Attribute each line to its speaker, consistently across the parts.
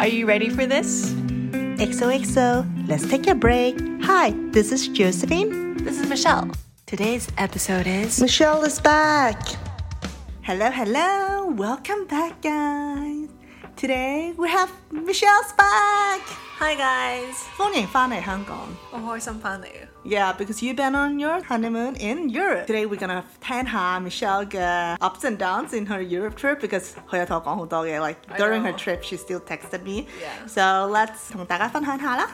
Speaker 1: Are you ready for this?
Speaker 2: XOXO, let's take a break. Hi, this is Josephine.
Speaker 1: This is Michelle. Today's episode is
Speaker 2: Michelle is back. Hello, hello. Welcome back, guys. Today we have Michelle's back.
Speaker 1: Hi guys，Oh,
Speaker 2: 歡迎返嚟香港。
Speaker 1: 我開心翻嚟啊！
Speaker 2: Yeah, because you've been on your honeymoon in Europe. Today we're gonna 聽下 Michelle 嘅 ups and downs in her Europe trip because 佢有同我講好多嘅 like
Speaker 1: I
Speaker 2: during her
Speaker 1: know.
Speaker 2: trip she still texted me.
Speaker 1: Yeah. Mm.
Speaker 2: So let's 同大家分享下啦。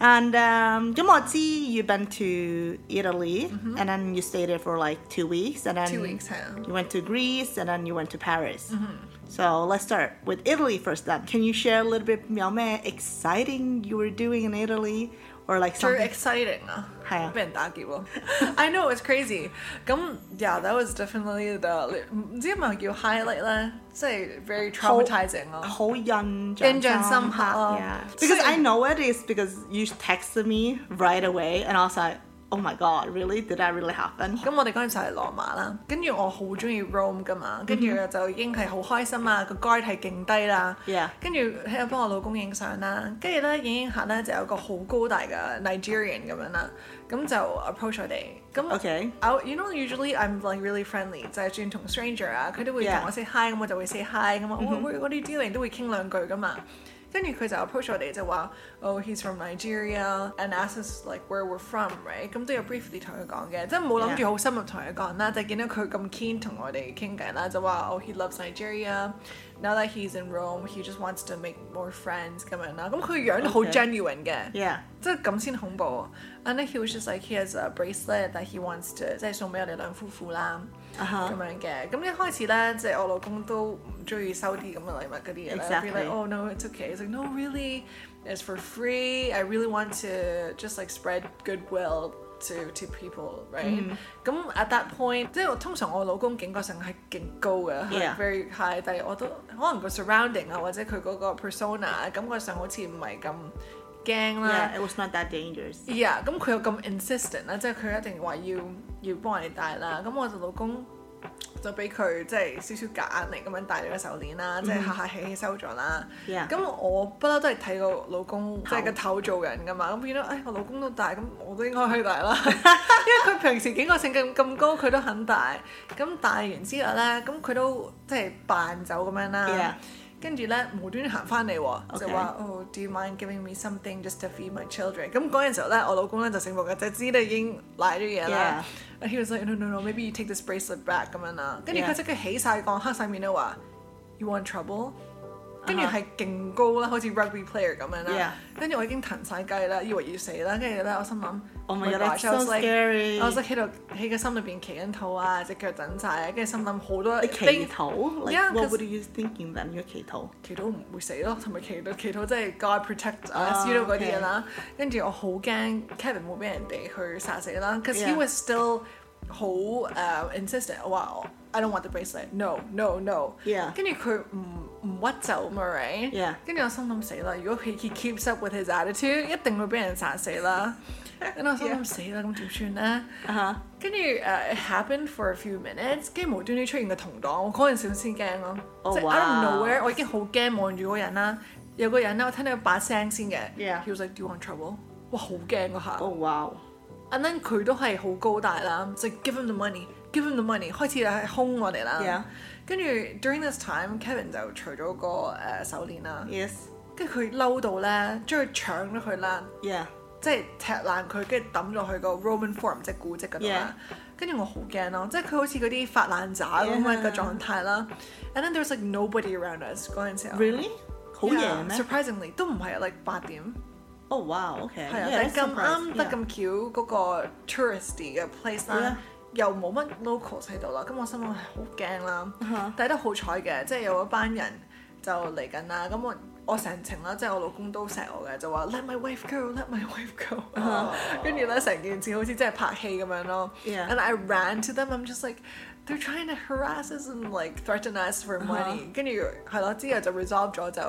Speaker 2: And um, 咁我知 you've been to Italy and then you stayed there for like two weeks and then
Speaker 1: Mm-hmm. Two weeks, Mm-hmm. yeah.
Speaker 2: you went to Greece and then you went to Paris. So let's start with Italy first then. Can you share a little bit 有咩 exciting you were doing in Italy or like
Speaker 1: 最
Speaker 2: something?
Speaker 1: exciting 啊，
Speaker 2: 係啊
Speaker 1: 俾人打劫咯。I know it's crazy。咁 yeah, that was definitely the 唔知係咪叫 highlight 咧，即係 very
Speaker 2: 好
Speaker 1: traumatizing 咯。
Speaker 2: 好印象
Speaker 1: 印象深刻。
Speaker 2: Yeah.
Speaker 1: So-
Speaker 2: Because I know it is because you texted me right away, and I was like, oh my god, really? Did that really happen?
Speaker 1: 咁我哋嗰陣時係羅馬啦，跟住我好中意 Rome 噶嘛，跟
Speaker 2: Mm-hmm.
Speaker 1: 住就已經係好開心啊，個 guard 係勁低啦
Speaker 2: Yeah，
Speaker 1: 跟住喺度幫我老公影相啦，跟住咧影影下咧就有個好高大嘅 Nigerian 咁樣啦，咁就 approach 我哋，咁
Speaker 2: Okay
Speaker 1: I- you know usually I'm like really friendly，就係轉同 stranger 啊，佢都會
Speaker 2: Yeah Mm-hmm.
Speaker 1: 同我 say hi，咁我就會 say hi 咁啊，what what- what are you doing 都會傾兩句噶嘛。跟住佢就 approach 我哋就話，oh he's from Nigeria and asked us like where we're from，right？咁都有 briefly 同佢講嘅，即係冇諗
Speaker 2: Yeah
Speaker 1: 住好深入同佢講啦，就見到佢咁 keen 同我哋傾偈啦，就話 oh he loves Nigeria。Now that he's in Rome, he just wants to make more friends 咁樣啦。咁佢樣都好
Speaker 2: Okay
Speaker 1: genuine 嘅。
Speaker 2: Yeah.
Speaker 1: 即係咁先恐怖。And then he was just like he has a bracelet that he wants to 即係送俾我哋兩夫婦啦，咁、
Speaker 2: 哈
Speaker 1: 樣嘅。咁一開始咧，即係我老公都唔中意收啲咁嘅禮物嗰啲嘢啦。
Speaker 2: Exactly.
Speaker 1: Be like, oh no, it's okay. It's like no, really, it's for free. I really want to just like spread goodwill. To, to people, right？咁、
Speaker 2: Mm-hmm.
Speaker 1: at that point，即係通常我老公警覺性係勁高嘅
Speaker 2: Yeah.
Speaker 1: like very high，但係我都可能個 surrounding 啊，或者佢嗰個 persona 感覺上好似唔係咁驚啦。
Speaker 2: Yeah, it was not that dangerous.
Speaker 1: Yeah，咁佢又咁 insistent 啦，即係佢一定話要要幫人哋戴啦。咁我就老公就俾佢即係少少夾硬嚟咁樣戴咗個手鏈啦，即係客客氣氣收咗啦。
Speaker 2: 嗯 Yeah
Speaker 1: 咁我不嬲都係睇個老公即
Speaker 2: 頭
Speaker 1: 係個頭做人噶嘛，咁變咗誒哎我老公都戴，咁我都應該去戴 啦。因為佢平時警覺性咁咁高，佢都肯戴。咁戴完之後咧，咁佢都即係扮走咁樣啦。
Speaker 2: Yeah
Speaker 1: 跟住咧無端端行翻嚟喎，就
Speaker 2: Okay
Speaker 1: 話哦，do you mind giving me something just to feed my children？咁嗰陣時候咧，我老公咧就醒目嘅，就知你已經賴咗嘢啦。And He was like no no no maybe you take this bracelet back 咁樣啦。跟住
Speaker 2: Yeah
Speaker 1: 佢即刻起晒槓，黑晒面都話 you want trouble？跟住
Speaker 2: Uh-huh
Speaker 1: 係勁高啦，好似 rugby player 咁樣啦。
Speaker 2: Yeah
Speaker 1: 跟住我已經騰晒雞啦，以為要死啦。跟住咧，我心諗
Speaker 2: Oh my god,
Speaker 1: gosh,
Speaker 2: that's
Speaker 1: I was
Speaker 2: so
Speaker 1: like-
Speaker 2: scary.
Speaker 1: 我 was like 喺度喺個心裏邊企緊肚啊，隻腳震晒啊，跟住心諗好多
Speaker 2: 你祈禱？Like,
Speaker 1: Yeah,
Speaker 2: what
Speaker 1: 'cause-
Speaker 2: were you thinking then? 你祈禱？
Speaker 1: 祈禱唔會死咯，同埋祈禱祈禱即係 God protect us，
Speaker 2: 啊
Speaker 1: 知道嗰啲
Speaker 2: okay
Speaker 1: 嘢啦。跟住我好驚 Kevin 冇俾人哋去殺死啦，cause he
Speaker 2: Yeah
Speaker 1: was still 好誒 insistent，我話我 I don't want the bracelet，no no no。
Speaker 2: Yeah
Speaker 1: 跟住佢唔唔屈就咁嘛 right？
Speaker 2: Yeah
Speaker 1: 跟住我心諗死啦，如果佢 he keeps up with his attitude，一定會俾人殺死啦。 跟住我心諗死啦，咁點算咧？
Speaker 2: Uh-huh.
Speaker 1: 跟住誒、uh, it happened for a few minutes，跟住無端端出現個同黨，我嗰陣時先驚咯。
Speaker 2: Oh,
Speaker 1: 即係 I don't know
Speaker 2: wow.
Speaker 1: where，我已經好驚望住嗰個人啦。有個人咧，我聽到佢把聲先嘅。
Speaker 2: Yeah.
Speaker 1: He was like, "Do you want trouble?" 哇，好驚嗰下。
Speaker 2: Oh wow.
Speaker 1: And then 佢都係好高大啦，就 give him the money，give him the money，開始係兇我哋啦
Speaker 2: Yeah.。
Speaker 1: 跟住 during this time，Kevin 就除咗個誒、呃手鏈啦，
Speaker 2: Yes.
Speaker 1: 跟住佢嬲到咧，將佢搶咗佢啦。
Speaker 2: Yeah.
Speaker 1: 即係踢爛佢，跟住抌咗去個 Roman Forum 即係古蹟嗰度啦。跟住我好驚咯，即係佢好似嗰啲發爛渣咁樣嘅
Speaker 2: Yeah
Speaker 1: 狀態啦。And then there was like nobody around us 嗰陣時候。
Speaker 2: Really? 好夜咩？
Speaker 1: ？Surprisingly 都唔係 like 八點，
Speaker 2: Oh wow. Okay.
Speaker 1: 係啊
Speaker 2: Yeah,，
Speaker 1: 但係
Speaker 2: that's
Speaker 1: 咁
Speaker 2: surprise.
Speaker 1: 啱得
Speaker 2: Yeah.
Speaker 1: 咁巧嗰個 touristy 嘅 place 啦。又冇乜 locals 喺度啦，咁我心諗係好驚啦
Speaker 2: Uh-huh
Speaker 1: 但係都好彩嘅，即係有一班人就嚟緊啦，咁我我成程啦，即係我老公都錫我嘅，就話 Let my wife go，Let my wife go，跟 住咧成件事好似真係拍戲咁樣咯。
Speaker 2: 啊 Yeah
Speaker 1: And I ran to them，I'm just like they're trying to harass us and like threaten us for
Speaker 2: Uh-huh
Speaker 1: money，跟住係咯，之後就 resolve 咗就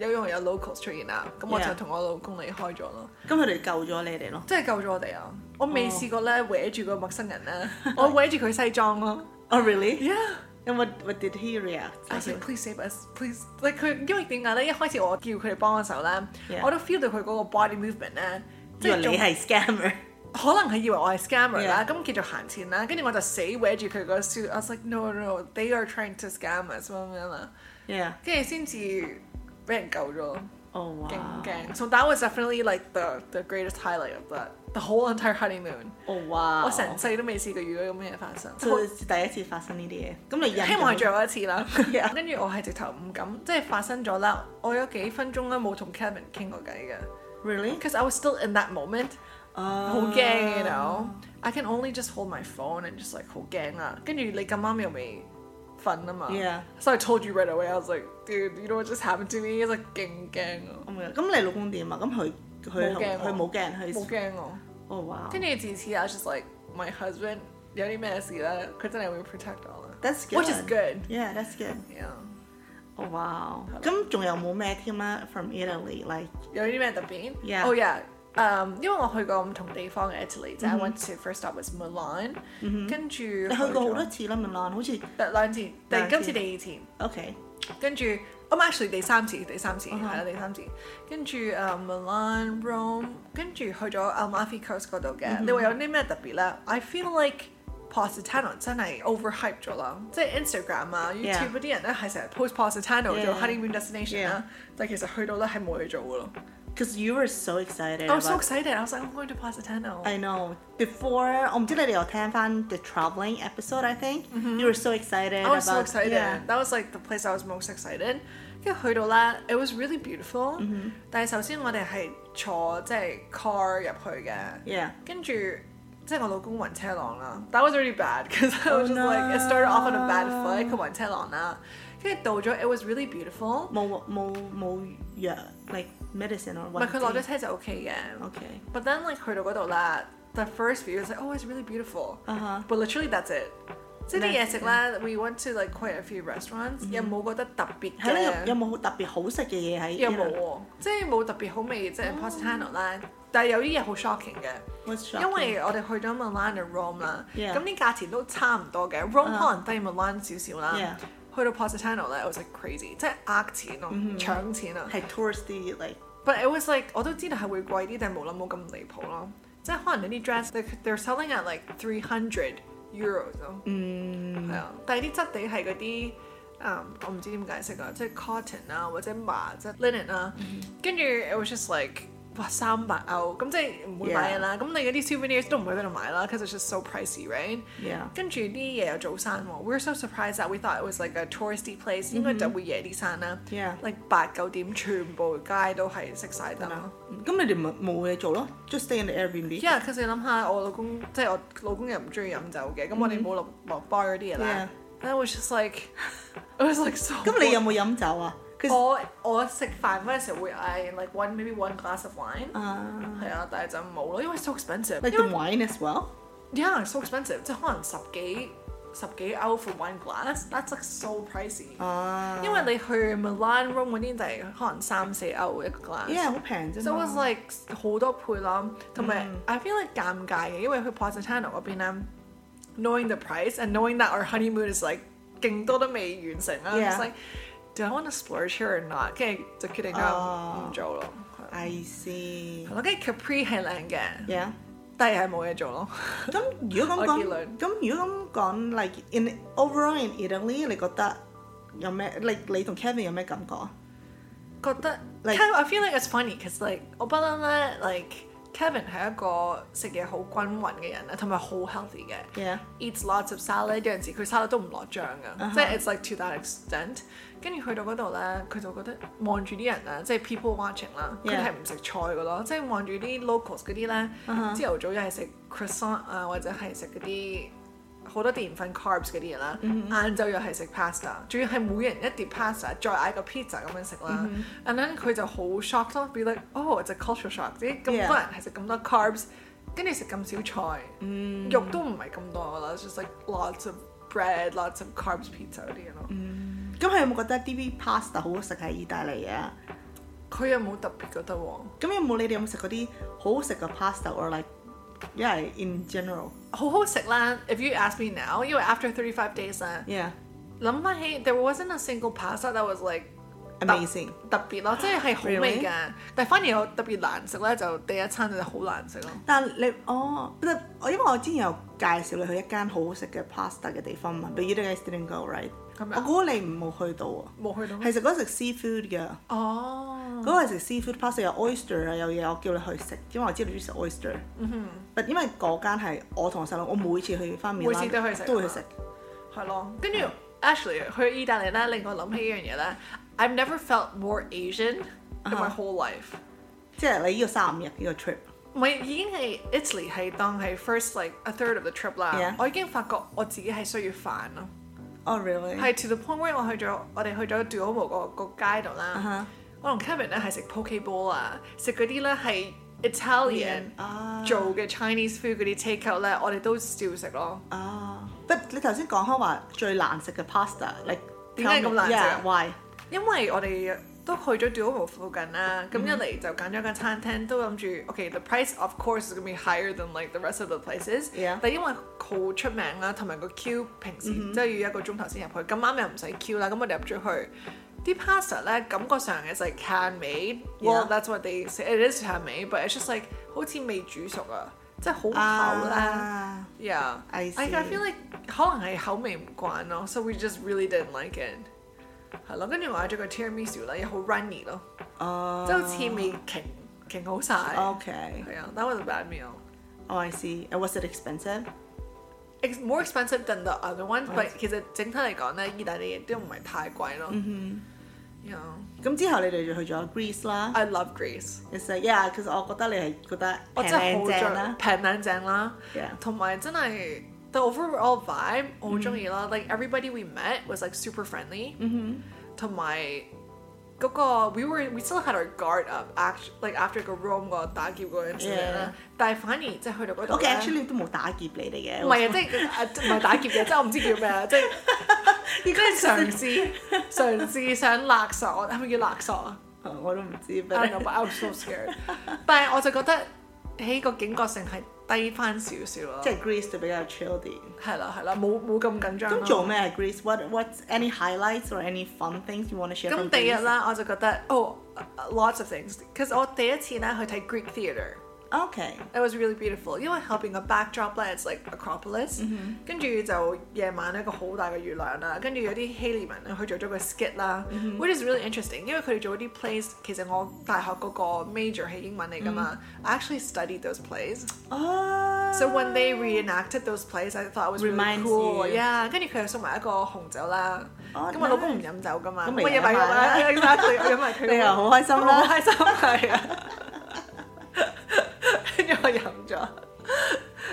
Speaker 1: 有因為有 locals 出現啦，咁我
Speaker 2: Yeah
Speaker 1: 就同我老公離開咗咯。
Speaker 2: 咁佢哋救咗你哋咯？
Speaker 1: 真係救咗我哋啊！ 我未試過咧搲住個陌生人咧，我搲住佢西裝咯。
Speaker 2: Oh really?
Speaker 1: Yeah，
Speaker 2: And what what did he react? Like,
Speaker 1: I was like please save us, please like 佢因為點解咧？一開始我叫佢哋幫手咧
Speaker 2: Yeah.
Speaker 1: 我都 feel 到佢嗰個 body movement 咧，即
Speaker 2: 以為
Speaker 1: 係仲
Speaker 2: 你係 scammer，
Speaker 1: 可能係以為我係 scammer 啦
Speaker 2: Yeah.，
Speaker 1: 咁繼續行前啦，跟住我就死搲住佢個 suit，我 was like no no no，they are trying to scam us 咁樣啦，
Speaker 2: yeah，
Speaker 1: 跟住先至俾人救咗，
Speaker 2: oh wow，
Speaker 1: 勁勁。So that was definitely like the the greatest highlight of that the whole entire honeymoon。
Speaker 2: oh wow，
Speaker 1: 我成世都未試過遇到咁嘅嘢發生。
Speaker 2: 就係第一次發生呢啲嘢，咁你人
Speaker 1: 希望係
Speaker 2: 就
Speaker 1: 最後一次啦
Speaker 2: Yeah.。
Speaker 1: 跟住我係直頭唔敢，即係發生咗啦。我有幾分鐘都冇同 Kevin 傾過偈嘅
Speaker 2: really，Ờ.
Speaker 1: ，because I was still in that moment，
Speaker 2: 好
Speaker 1: 好驚，you know。I can only just hold my phone and just like 好驚啦。跟住你咁啱又未瞓啊嘛
Speaker 2: Yeah.
Speaker 1: ，so I told you right away. I was like, dude, you know what just happened to me? It's like 勁驚啊，
Speaker 2: 咁你老公點啊？咁佢佢
Speaker 1: 冇驚喎
Speaker 2: 佢冇驚，佢
Speaker 1: 冇驚我。
Speaker 2: 哦哇
Speaker 1: 跟住自此，I was just like my husband 有啲咩事咧，佢真係會 protect 我啦。
Speaker 2: ，that's good，
Speaker 1: Which is good.
Speaker 2: good，yeah，that's good，
Speaker 1: Yeah.
Speaker 2: 哦哇，咁仲有冇咩添啊？From Italy，like
Speaker 1: 有啲咩特別
Speaker 2: Yeah.
Speaker 1: Oh yeah. 誒，因為我去過唔同地方嘅 Italy，即係 I went to first stop was Milan，跟住
Speaker 2: 你去過好多次啦，米蘭好似
Speaker 1: 多兩次，
Speaker 2: 兩
Speaker 1: 第
Speaker 2: 次
Speaker 1: 今次第二次，
Speaker 2: OK，
Speaker 1: 跟住我 actually 第三次，第三次係
Speaker 2: Uh-huh.
Speaker 1: 啦，第三次，跟住誒 Milan、Rome，跟住去咗 Amalfi Coast 嗰度嘅。你話有啲咩特別咧？I feel like Positano 真係 overhype 咗啦，即係 Instagram 啊、
Speaker 2: Yeah.
Speaker 1: YouTube 嗰啲人咧係成日 post Positano
Speaker 2: Yeah.
Speaker 1: 做 honeymoon destination 啦，但係其實去到咧係冇嘢做嘅咯。
Speaker 2: Because you were so excited.
Speaker 1: I was so
Speaker 2: about-
Speaker 1: excited. I was like, I'm going to Positano.
Speaker 2: I know. Before, 我唔知你哋有聽翻 the traveling episode. I think you were so excited.
Speaker 1: Mm-hmm. I was so
Speaker 2: about-
Speaker 1: excited.
Speaker 2: Yeah.
Speaker 1: That was like the place I was most excited. 跟住去到啦，it was really beautiful、但
Speaker 2: Mm-hmm.
Speaker 1: 係首先我哋係坐即係 car 入去嘅
Speaker 2: Yeah.
Speaker 1: 跟住即係我老公暈車浪啦。That was really bad because I was just
Speaker 2: Oh,
Speaker 1: like it started off on a bad
Speaker 2: no.
Speaker 1: foot. 佢暈車浪啦，跟住到咗 it was really beautiful。
Speaker 2: 冇冇冇藥，like medicine or
Speaker 1: 唔
Speaker 2: what？
Speaker 1: 係佢落咗車就 OK 嘅
Speaker 2: OK。
Speaker 1: But then like 去到嗰度啦，the first view is like oh it's really beautiful、
Speaker 2: 啊哈
Speaker 1: But literally that's it。即係啲
Speaker 2: Uh-huh. That's Mm-hmm.
Speaker 1: 嘢食咧，we went to like quite a few restaurants，又冇覺得特別
Speaker 2: 係啦，有
Speaker 1: 嘅，
Speaker 2: 有冇好特別好食嘅嘢喺？
Speaker 1: 又冇。喎，即係冇特別好味，即係
Speaker 2: Oh.
Speaker 1: Positano 啦。但係有啲嘢好 shocking 嘅。
Speaker 2: What's
Speaker 1: 因為我哋去咗 Milan 同 Rome 啦，
Speaker 2: Yeah.
Speaker 1: 咁啲價錢都差唔多嘅，Rome
Speaker 2: 啊
Speaker 1: 可能低 Milan 少少啦
Speaker 2: Yeah.。
Speaker 1: 去到 Positano 咧，我就 crazy，即係呃錢咯，
Speaker 2: Mm-hmm.
Speaker 1: 搶錢啊！
Speaker 2: 係 touristy like
Speaker 1: But it was like 我都知道係會貴啲，但係冇諗冇咁離譜咯。即係可能你啲 dress they they're selling at like three hundred euros 咯。嗯。係啊，但係啲質地係嗰啲。嗯我唔知點解釋啊，即係 cotton 啊，或者麻質 linen 啊，跟住 it was just like 哇三百歐，咁即係唔會買嘢啦。咁你嗰啲 souvenirs 都唔會喺度買啦，cause it's just so pricey, right？
Speaker 2: yeah
Speaker 1: 跟住啲嘢又早散喎，we're so surprised that we thought it was like a touristy place，應該就會夜啲散啦。
Speaker 2: yeah。
Speaker 1: like 八九點全部街都係熄晒燈咯。
Speaker 2: 咁你哋咪冇嘢做咯，just stay in the Airbnb。
Speaker 1: 因為其實你諗下，我老公即係我老公又唔中意飲酒嘅，咁我哋冇落落 bar 嗰啲嘢啦。Then it was just like it was like so。
Speaker 2: 咁你有冇飲酒啊？其實
Speaker 1: 我我食飯嗰陣時會嗌 like one maybe one glass of wine。
Speaker 2: 啊
Speaker 1: 係啊，但係就冇咯，因為 so expensive。
Speaker 2: ，like
Speaker 1: 因
Speaker 2: the
Speaker 1: 為
Speaker 2: wine as well。
Speaker 1: yeah so expensive，即係可能十幾十幾歐 for one glass。That's like so pricey。
Speaker 2: 啊，
Speaker 1: 因為你去 Milan Rome 嗰啲就係可能三四歐一個 glass。
Speaker 2: yeah 好平啫
Speaker 1: So it
Speaker 2: 嘛
Speaker 1: was like 好多倍啦，同埋
Speaker 2: Mm.
Speaker 1: I feel like 尷尬嘅，因為去 Positano 嗰邊咧，knowing the price and knowing that our honeymoon is like 勁多都未完成啦
Speaker 2: Yeah.
Speaker 1: i like do I want to splurge here or not？跟住就決定咗唔
Speaker 2: 哦
Speaker 1: 做咯。
Speaker 2: I see。
Speaker 1: 係咯，跟住 Capri 係靚嘅，
Speaker 2: Yeah。
Speaker 1: 但係係冇嘢做 咯。
Speaker 2: 咁如果咁
Speaker 1: 我結
Speaker 2: 講，
Speaker 1: 論
Speaker 2: 咁如果咁講，like in overall in Italy，你覺得有咩？你你同 Kevin 有咩感覺啊？
Speaker 1: 覺得
Speaker 2: Like-
Speaker 1: Kevin- I feel like it's funny because like 我不嬲咧，like Kevin 係一個食嘢好均勻嘅人啦，同埋好 healthy 嘅。
Speaker 2: Yeah.
Speaker 1: eats lots of salad，有陣時佢沙律都唔落醬㗎即係 it's like to that extent。跟住去到嗰度咧，佢就覺得望住啲人啊，即係 people watching 啦，佢
Speaker 2: Yeah.
Speaker 1: 哋係唔食菜㗎咯，即係望住啲 locals 嗰啲咧，朝頭早又係食 croissant 啊，或者係食嗰啲好多澱粉 carbs 嗰啲嘢啦，晏晝又係食 pasta，仲要係每人一碟 pasta，再嗌個 pizza 咁樣食啦。And then 佢就好 shock 咯，be like oh it's a cultural shock，即係咁
Speaker 2: Yeah.
Speaker 1: 多人係食咁多 carbs，跟住食咁少菜。肉都唔係咁多啦，it's just like lots of bread, lots of carbs, pizza 嗰啲嘢咯。
Speaker 2: 咁佢有冇覺得 DB pasta 好好食喺意大利啊？
Speaker 1: 佢又冇特別覺得喎，
Speaker 2: 咁有冇你哋有冇食嗰啲好好食嘅 pasta？or like 因為 in general，yeah，
Speaker 1: 好好食啦。If you ask me now，因為 after thirty five days 咧，諗翻起，there wasn't a single pasta that was like 特
Speaker 2: amazing。
Speaker 1: 特別咯，即係係好味
Speaker 2: Really？
Speaker 1: 嘅。但係反而我特別難食咧，就第一餐就好難食咯。
Speaker 2: 但你哦，不是我因為我之前有介紹你去一間好好食嘅 pasta 嘅地方嘛，but you guys didn't go right？
Speaker 1: 係咪
Speaker 2: 我
Speaker 1: 啊
Speaker 2: 估你唔冇去到啊，
Speaker 1: 冇去到。
Speaker 2: 係食嗰個食 seafood 嘅，
Speaker 1: 哦，
Speaker 2: 嗰個係食 seafood pasta 有 oyster 啊有嘢，我叫你去食，因為我知道你中意食 oyster。但
Speaker 1: 嗯
Speaker 2: 因為嗰間係我同我細佬，我每次去翻面
Speaker 1: 每次都去食啊
Speaker 2: 都會去食。
Speaker 1: 係咯。跟住 Ashley 去意大利咧，令我諗起一樣嘢咧。I've never felt more Asian in my
Speaker 2: 啊
Speaker 1: whole life。
Speaker 2: 即係你呢個三五日呢個 trip，
Speaker 1: 唔係已經係 Italy 係當係 first like a third of the trip 啦。
Speaker 2: Yeah.
Speaker 1: 我已經發覺我自己係需要飯咯。
Speaker 2: 哦 really？
Speaker 1: 係 to the point where 我去咗我哋去咗 Duomo 個個街度啦。
Speaker 2: 哈
Speaker 1: 我同 Kevin 咧係食 poke bowl 啊，食嗰啲咧係 Italian
Speaker 2: 啊
Speaker 1: 做嘅 Chinese food 嗰啲 take out 咧，我哋都照食咯。
Speaker 2: 啊，不你頭先講開話最難食嘅 pasta，你
Speaker 1: 點解咁難食啊
Speaker 2: y
Speaker 1: 因為我哋都去咗 Duomo 附近啦，
Speaker 2: 嗯
Speaker 1: 咁一嚟就揀咗間餐廳，都諗住 OK，the price of course is gonna be higher than like the rest of the places。
Speaker 2: Yeah. 嗯
Speaker 1: 但因為好出名啦，同埋個 queue 平時即係要一個鐘頭先入去，咁啱又唔使 queue 啦，咁我哋入咗去。啲 pasta 咧感覺上係 like handmade。Well,
Speaker 2: Yeah.
Speaker 1: that's what they say. It is handmade, but it's just like 好似未煮熟啊，即係好厚咧。
Speaker 2: 啊
Speaker 1: Yeah,
Speaker 2: I
Speaker 1: I
Speaker 2: see.
Speaker 1: feel like 可能係口味唔慣咯，so we just really didn't like it。係咯，跟住買咗個 tiramisu 啦，又好 runny 咯，
Speaker 2: 哦
Speaker 1: 即係好
Speaker 2: Uh.
Speaker 1: 似未傾傾好晒。
Speaker 2: Oh. OK，
Speaker 1: 係啊，that was a bad meal.
Speaker 2: oh I see. And was it expensive？
Speaker 1: It's more expensive than the other one, but 其實整體嚟講咧，意大利亦都唔係太貴咯。Yeah,
Speaker 2: Mm-hmm. 咁之後你哋就去咗 Greece 啦。
Speaker 1: I love Greece.
Speaker 2: 其實 yeah，其實我覺得你係覺得
Speaker 1: 我
Speaker 2: 平
Speaker 1: 哦真係好
Speaker 2: 靚正
Speaker 1: 中
Speaker 2: 啦。
Speaker 1: 平靚正啦
Speaker 2: Yeah，
Speaker 1: 同埋真係 the overall vibe 我好中意啦。Like everybody we met was like super friendly，同
Speaker 2: Mm-hmm。
Speaker 1: 埋嗰個 we were we still had our guard up act like after 個 Rome 個打劫嗰 incident
Speaker 2: Yeah。
Speaker 1: 啦但係反而即係去到嗰度
Speaker 2: OK
Speaker 1: 咧
Speaker 2: actually 都冇打劫你哋嘅。
Speaker 1: 啊唔係啊，即係啊唔係打劫嘅，即係我唔知叫咩 啊，即係即係嘗試 嘗試想勒索我，係咪叫勒索啊？
Speaker 2: 係 我都唔知
Speaker 1: I don't know,
Speaker 2: but
Speaker 1: but I was so scared. 但係我就覺得喺個警覺性係低翻少少咯
Speaker 2: 即。係 Greece 就比較 chill 啲。
Speaker 1: 係啦係啦，冇冇咁緊張咯。
Speaker 2: 咁做咩啊？Greece？What what's any highlights or any fun things you want to share？
Speaker 1: 咁第日啦，我就覺得哦、lots of things。其實我第一次咧去睇 Greek theatre。
Speaker 2: ？OK，
Speaker 1: It was really beautiful，因為後邊個 backdrop 咧，it's like Acropolis，跟住、就夜晚一個好大嘅月亮啦，跟住有啲希臘人咧去做咗個 skit 啦、w h i c h is really interesting，因為佢哋做嗰啲 plays，其實我大學嗰個 major 係英文嚟㗎嘛、i actually studied those plays。
Speaker 2: 哦
Speaker 1: So when they reenacted those plays, I thought it was really
Speaker 2: Reminds
Speaker 1: cool.
Speaker 2: you.
Speaker 1: Yeah，跟住佢又送埋一個紅酒啦。
Speaker 2: Oh,
Speaker 1: 咁我老公唔飲酒噶嘛，
Speaker 2: 咁咪
Speaker 1: 我
Speaker 2: 飲
Speaker 1: 飲埋佢啦
Speaker 2: 埋 啦
Speaker 1: ，exactly，我飲埋佢。
Speaker 2: 你又好開心啦
Speaker 1: 我好開心 係啊！跟住我飲咗。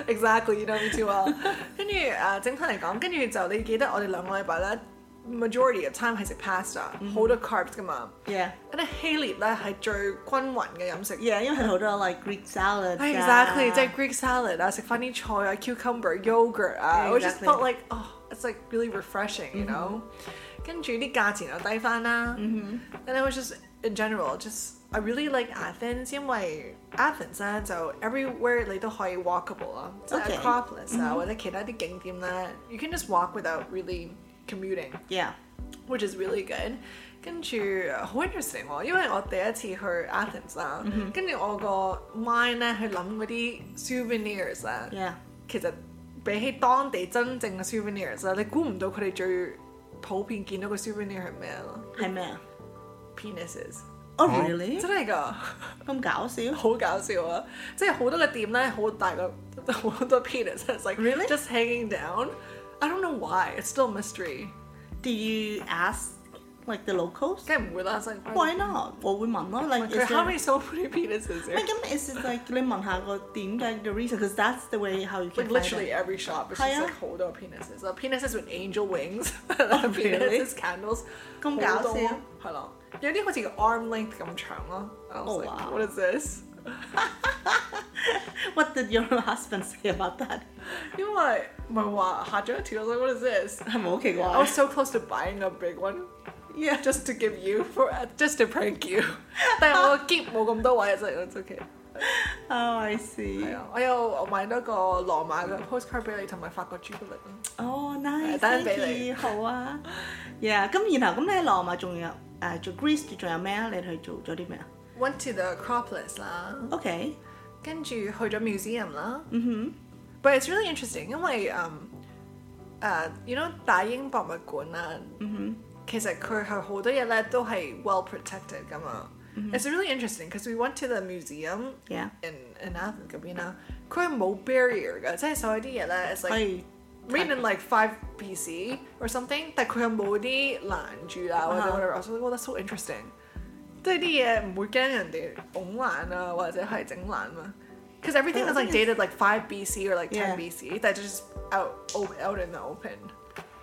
Speaker 1: Exactly, you know me too well 跟住誒，整體嚟講，跟住就你記得我哋兩個禮拜咧，majority of time 係食 pasta，好
Speaker 2: 嗯
Speaker 1: 多 carbs 噶嘛。
Speaker 2: ，yeah
Speaker 1: 跟住希臘咧係最均勻嘅飲食
Speaker 2: yeah，因為佢好多 like Greek salad 㗎。
Speaker 1: 係 exactly，即係 Greek salad 啊，食翻啲菜啊，cucumber、yogurt 啊
Speaker 2: Yeah,
Speaker 1: ，which just
Speaker 2: exactly.
Speaker 1: felt like oh it's like really refreshing, you know。跟住啲價錢又低翻啦。And it was just in general, just I really like Athens，因為 Athens 咧就 everywhere 你都可以 walkable 啊，即係
Speaker 2: Okay.
Speaker 1: Acropolis 啊或者其他啲景點咧，you can just walk without really commuting。
Speaker 2: yeah。
Speaker 1: which is really good。跟住好 interesting 喎，因為我第一次去 Athens 啦，跟住我個 mind 咧去諗嗰啲 souvenirs 啊
Speaker 2: Yeah，
Speaker 1: 其實比起當地真正嘅 souvenirs 啦，你估唔到佢哋最普遍見到嘅 souvenir 係咩咯
Speaker 2: 係咩啊
Speaker 1: ？penises，
Speaker 2: ？Oh really？
Speaker 1: 真係㗎，
Speaker 2: 咁搞笑
Speaker 1: 好搞笑啊！即係好多嘅店咧，好大個好多 penis，it's like
Speaker 2: Really?
Speaker 1: just hanging down。I don't know why, it's still a mystery。
Speaker 2: ？Do you ask like the locals？
Speaker 1: 梗係唔會啦，真係。
Speaker 2: Why not？我會問咯，like
Speaker 1: Like,
Speaker 2: is
Speaker 1: how
Speaker 2: there-
Speaker 1: many so many penises there?
Speaker 2: 喂咁 is it like 你問下個點解 the reason？Cause that's the way how you can find
Speaker 1: Like
Speaker 2: out.
Speaker 1: literally every shop is
Speaker 2: Hi,
Speaker 1: just
Speaker 2: yeah.
Speaker 1: like hold out penises. Uh, penises with angel wings. penises,
Speaker 2: really?
Speaker 1: candles.
Speaker 2: 咁
Speaker 1: hold on.
Speaker 2: 搞笑。
Speaker 1: 係咯，有啲好似 arm length 咁長咯。I was
Speaker 2: Oh,
Speaker 1: like,
Speaker 2: wow.
Speaker 1: what is this?
Speaker 2: What did your husband say about that？
Speaker 1: 因為咪話嚇咗一跳，I was like, what is this?
Speaker 2: 係咪好奇怪
Speaker 1: I was so close to buying a big one
Speaker 2: ？Yeah，
Speaker 1: just to give you for just to prank you. 但係我 keep 冇咁多位，it's like it's okay.
Speaker 2: Oh, I see.
Speaker 1: 係啊，我有買多個羅馬嘅 postcard 俾你，同埋法國朱古力。
Speaker 2: 哦，nice，
Speaker 1: 單俾
Speaker 2: thank
Speaker 1: 你
Speaker 2: you，好啊。Yeah，咁然後咁你喺羅馬仲有誒做 Greece 仲有咩啊？你去做咗啲咩啊
Speaker 1: Went to the Acropolis 啦，
Speaker 2: ？OK，Mm-hmm.
Speaker 1: 跟住去咗 museum 啦。
Speaker 2: 嗯
Speaker 1: But it's really interesting，因為嗯誒，you uh, know 大英博物館啦，其實佢係好多嘢咧都係 well protected 噶嘛。It's really interesting because we went to the museum
Speaker 2: 哼，yeah，
Speaker 1: in in Athens 嗰邊啦，佢係冇 barrier 㗎，即係所有啲嘢咧，it's
Speaker 2: 可
Speaker 1: like
Speaker 2: 以
Speaker 1: written in like five BC or something，但佢又冇啲攔住啊或者
Speaker 2: 啊
Speaker 1: whatever，我覺得 that's so interesting，即係啲嘢唔會驚人哋拱爛啊或者係整爛嘛。Because everything is like dated like 5 BC or like
Speaker 2: Yeah.
Speaker 1: 10 BC, that's just out o- out in the open.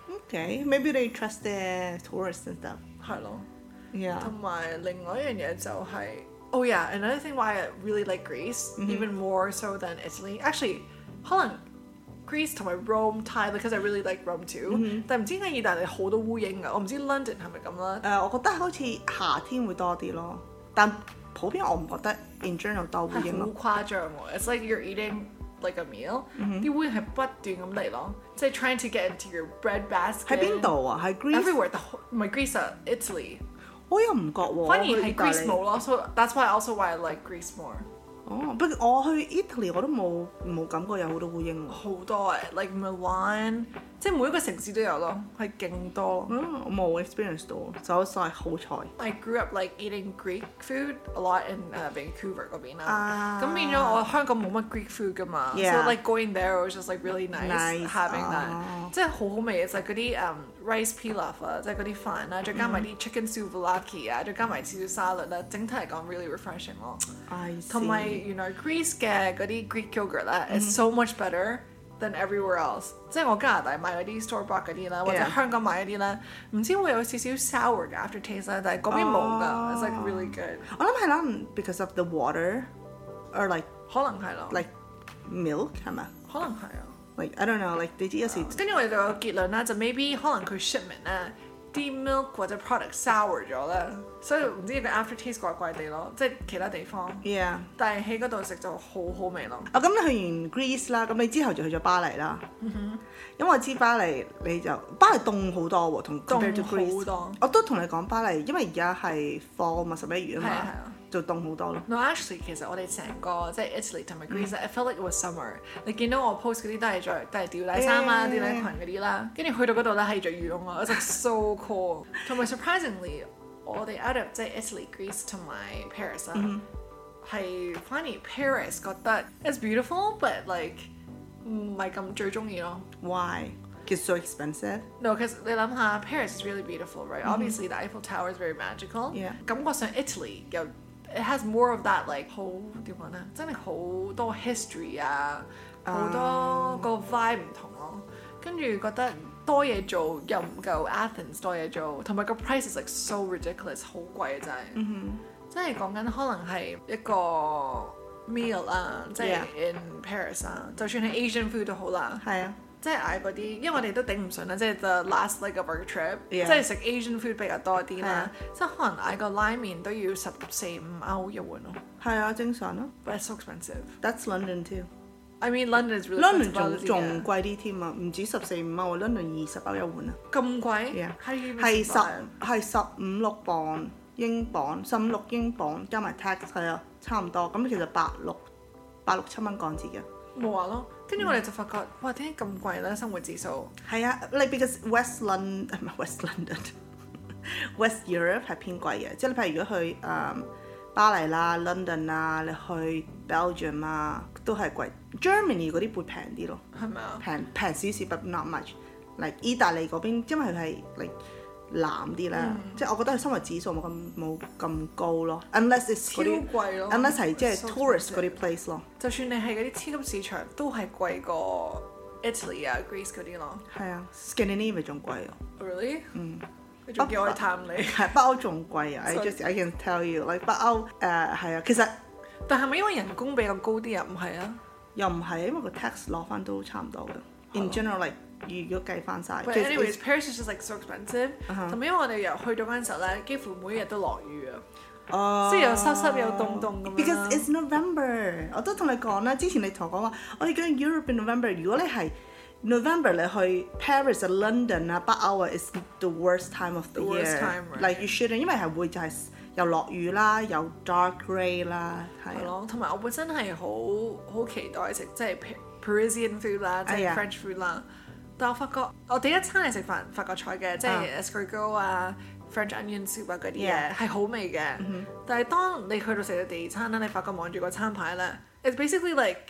Speaker 2: OK，maybe they trust the tourists and stuff。Dạ.
Speaker 1: 係咯，
Speaker 2: Yeah，
Speaker 1: 同埋另外一樣嘢就係、oh yeah, another thing why I really like Greece, even more so than Italy. Actually, 可能 Greece 同埋 Rome 太 because I really like Rome too、但唔知點解意大利好多烏蠅啊，我唔知 um, London Oh 係咪咁啦。
Speaker 2: 誒，我覺得好似夏天會多啲咯，但普遍我唔覺得 in general 多會影咯。
Speaker 1: 好誇張喎！It's like you're eating like a meal，啲烏蠅係不斷咁嚟咯，即係 trying to get into your bread basket。
Speaker 2: 喺邊度啊？喺 à? Greece，
Speaker 1: ？Everywhere，the whole- 唔係 Greece 啊，Italy。
Speaker 2: 我又唔覺喎。
Speaker 1: 反而
Speaker 2: 我去
Speaker 1: 係
Speaker 2: 意大利
Speaker 1: Greece 冇咯，so that's why also why I like Greece more。
Speaker 2: 哦，不過我去 Italy 我都冇冇感覺有好多烏蠅喎。
Speaker 1: 好多誒，like Milan，即係每一個城市都有咯，係勁多。
Speaker 2: 嗯，我冇 Ờ, experience 到，就所謂好彩。
Speaker 1: I grew up like eating Greek food a lot in、Vancouver uh, 嗰邊啦
Speaker 2: 啊，
Speaker 1: 咁變咗我香港冇乜 Greek food 噶嘛
Speaker 2: Ah。 Yeah
Speaker 1: so like going there was just like really nice,
Speaker 2: Nice，oh。
Speaker 1: having that，、
Speaker 2: 哦
Speaker 1: 即係好好味嘅就係嗰啲 um, rice pilaf 啊，即係嗰啲飯啦，再加
Speaker 2: Mm。
Speaker 1: 埋啲 chicken souvlaki 啊，再加埋少少沙律啦，整體嚟講 really refreshing 咯。
Speaker 2: I see Mm-hmm.
Speaker 1: 同埋原來 Greece 嘅嗰啲 Greek yogurt 咧、is so much better than everywhere else。即係我加拿大買嗰啲 store bought 嗰啲啦，或者
Speaker 2: Yeah
Speaker 1: 香港買嗰啲咧，唔知會有少少 sour 嘅 after taste 啦，但係嗰邊冇㗎、i t s like really good。
Speaker 2: 我諗係啦嗯，because of the water or like
Speaker 1: 可能係咯
Speaker 2: like milk 係咪
Speaker 1: 可能係啊。
Speaker 2: ？Like I don't know, like 你知有時
Speaker 1: 跟住我哋就有結論啦，就 maybe 可能佢 shipment 咧啲 milk 或者 product sour 咗啦，所以唔知個 after taste 怪怪地咯，即係其他地方。
Speaker 2: yeah。
Speaker 1: 但係喺嗰度食就好好味咯。
Speaker 2: 啊，咁你去完 Greece 啦，咁你之後就去咗巴黎啦。
Speaker 1: 嗯
Speaker 2: 因為我知巴黎你就巴黎凍好多喎，同 compared to
Speaker 1: 凍好
Speaker 2: Greece
Speaker 1: 多。
Speaker 2: 我都同你講巴黎，因為而家係 fall 嘛，十一月啊
Speaker 1: 係啊
Speaker 2: 嘛
Speaker 1: 係啊，
Speaker 2: 就凍好多咯。
Speaker 1: No, actually，其實我哋成個即係 Italy 同埋 Greece，I felt like it was summer。你見到我 post 嗰啲都係着都係吊帶衫啊、
Speaker 2: Yeah.
Speaker 1: 吊帶裙嗰啲啦，跟住去到嗰度咧係着羽絨啊，我就 so cool。同埋 surprisingly，我哋 out of 即係 Italy、Greece 同埋 Paris 啊，係反而 Paris 覺得 it's beautiful，but like 唔係咁最中意咯。
Speaker 2: Why? It's so expensive.
Speaker 1: No, because 你諗下，Paris is really beautiful, right? Obviously, the Eiffel Tower is very magical.
Speaker 2: Yeah.
Speaker 1: 感覺上 Italy 又 it has more of that like 好點講咧，真係好多 history 啊，好多個 vibe 唔同咯。跟住覺得多嘢做又唔夠 Athens 多嘢做，同埋個 price is like so ridiculous，好貴啊真係。真係講緊可能係一個 meal 啊，即係 in Paris 啊，就算係 Asian food 都好啦。
Speaker 2: 係啊，
Speaker 1: 即係嗌嗰啲，因為我哋都頂唔順啦，即係 the last leg of our trip，
Speaker 2: Yeah
Speaker 1: 即係食 Asian food 比較多啲
Speaker 2: 係
Speaker 1: 啦
Speaker 2: 啊，
Speaker 1: 即係可能嗌個拉麵都要十四五歐一碗咯
Speaker 2: 係啊，正常咯。
Speaker 1: ，but it's so expensive。
Speaker 2: That's London too.
Speaker 1: I mean London is really
Speaker 2: London
Speaker 1: expensive
Speaker 2: 仲
Speaker 1: 啲嘅
Speaker 2: 仲貴啲添啊，唔止十四五歐，London 二十歐一碗啊，
Speaker 1: 咁貴
Speaker 2: Yeah，
Speaker 1: ，How do you even
Speaker 2: 係十
Speaker 1: survive？
Speaker 2: 係十五六磅英鎊，十五六英鎊加埋 tax 係啊，差唔多。咁其實八六八六七蚊港紙嘅。
Speaker 1: 冇話咯，跟住
Speaker 2: Mm。
Speaker 1: 我哋就發覺，哇點解咁貴咧？生活指數
Speaker 2: 係啊，like because West London 唔係 West London，West Europe 係偏貴嘅，即係你譬如如果去誒、嗯巴黎啦、London 啦，你去 Belgium 啊，都係貴。Germany 嗰啲會平啲咯。
Speaker 1: 係咪啊？
Speaker 2: 平平少少，but not much。嚟意大利嗰邊，因為佢係嚟藍啲啦，即係我覺得佢生活指數冇咁冇咁高咯。Unless it's
Speaker 1: 超
Speaker 2: 嗰啲
Speaker 1: 貴咯
Speaker 2: ，unless 係即係
Speaker 1: So
Speaker 2: tourist
Speaker 1: expensive
Speaker 2: 嗰啲 place 咯，
Speaker 1: 就算你係嗰啲超級市場，都係貴過 Italy 啊、Greece 嗰啲咯。
Speaker 2: 係啊，Scandinavia 仲貴啊，
Speaker 1: Really？嗯，你仲叫我去探你？
Speaker 2: 係北歐仲貴啊。I
Speaker 1: So-
Speaker 2: just I can tell you，like 北歐誒係啊，其實
Speaker 1: 但係咪因為人工比較高啲啊？唔係啊？
Speaker 2: 又唔係，因為個 tax 攞翻都差唔多嘅。In general like 如果計翻晒，
Speaker 1: But
Speaker 2: 其實
Speaker 1: Uh-huh anyways, Paris is just like so expensive。同埋因為我哋由去到嗰陣時候咧，幾乎每日都落雨啊。
Speaker 2: 哦
Speaker 1: 即係又濕濕又凍凍咁樣
Speaker 2: Because
Speaker 1: 啦
Speaker 2: it's November，我都同你講啦。之前你同我講話，我哋講 Europe in November。如果你係 November 你去 Paris 啊、London 啊、北歐啊，is the worst time of the
Speaker 1: The worst
Speaker 2: year。
Speaker 1: time, right.
Speaker 2: Like you shouldn't，因為係會就係又落雨啦，又 dark grey 啦，
Speaker 1: 係
Speaker 2: 係啊。
Speaker 1: 咯，同埋我本身係好好期待食即係 Pa- Parisian food 啦，即
Speaker 2: 哎
Speaker 1: 係
Speaker 2: 呀
Speaker 1: French food 啦。但我發覺我第一餐係食法法國菜嘅，即係 escargot 啊、French onion soup 啊嗰啲嘢
Speaker 2: Yeah 嗯
Speaker 1: 係好味嘅。但係當你去到食到第二餐啦，你發覺望住個餐牌咧，it's basically like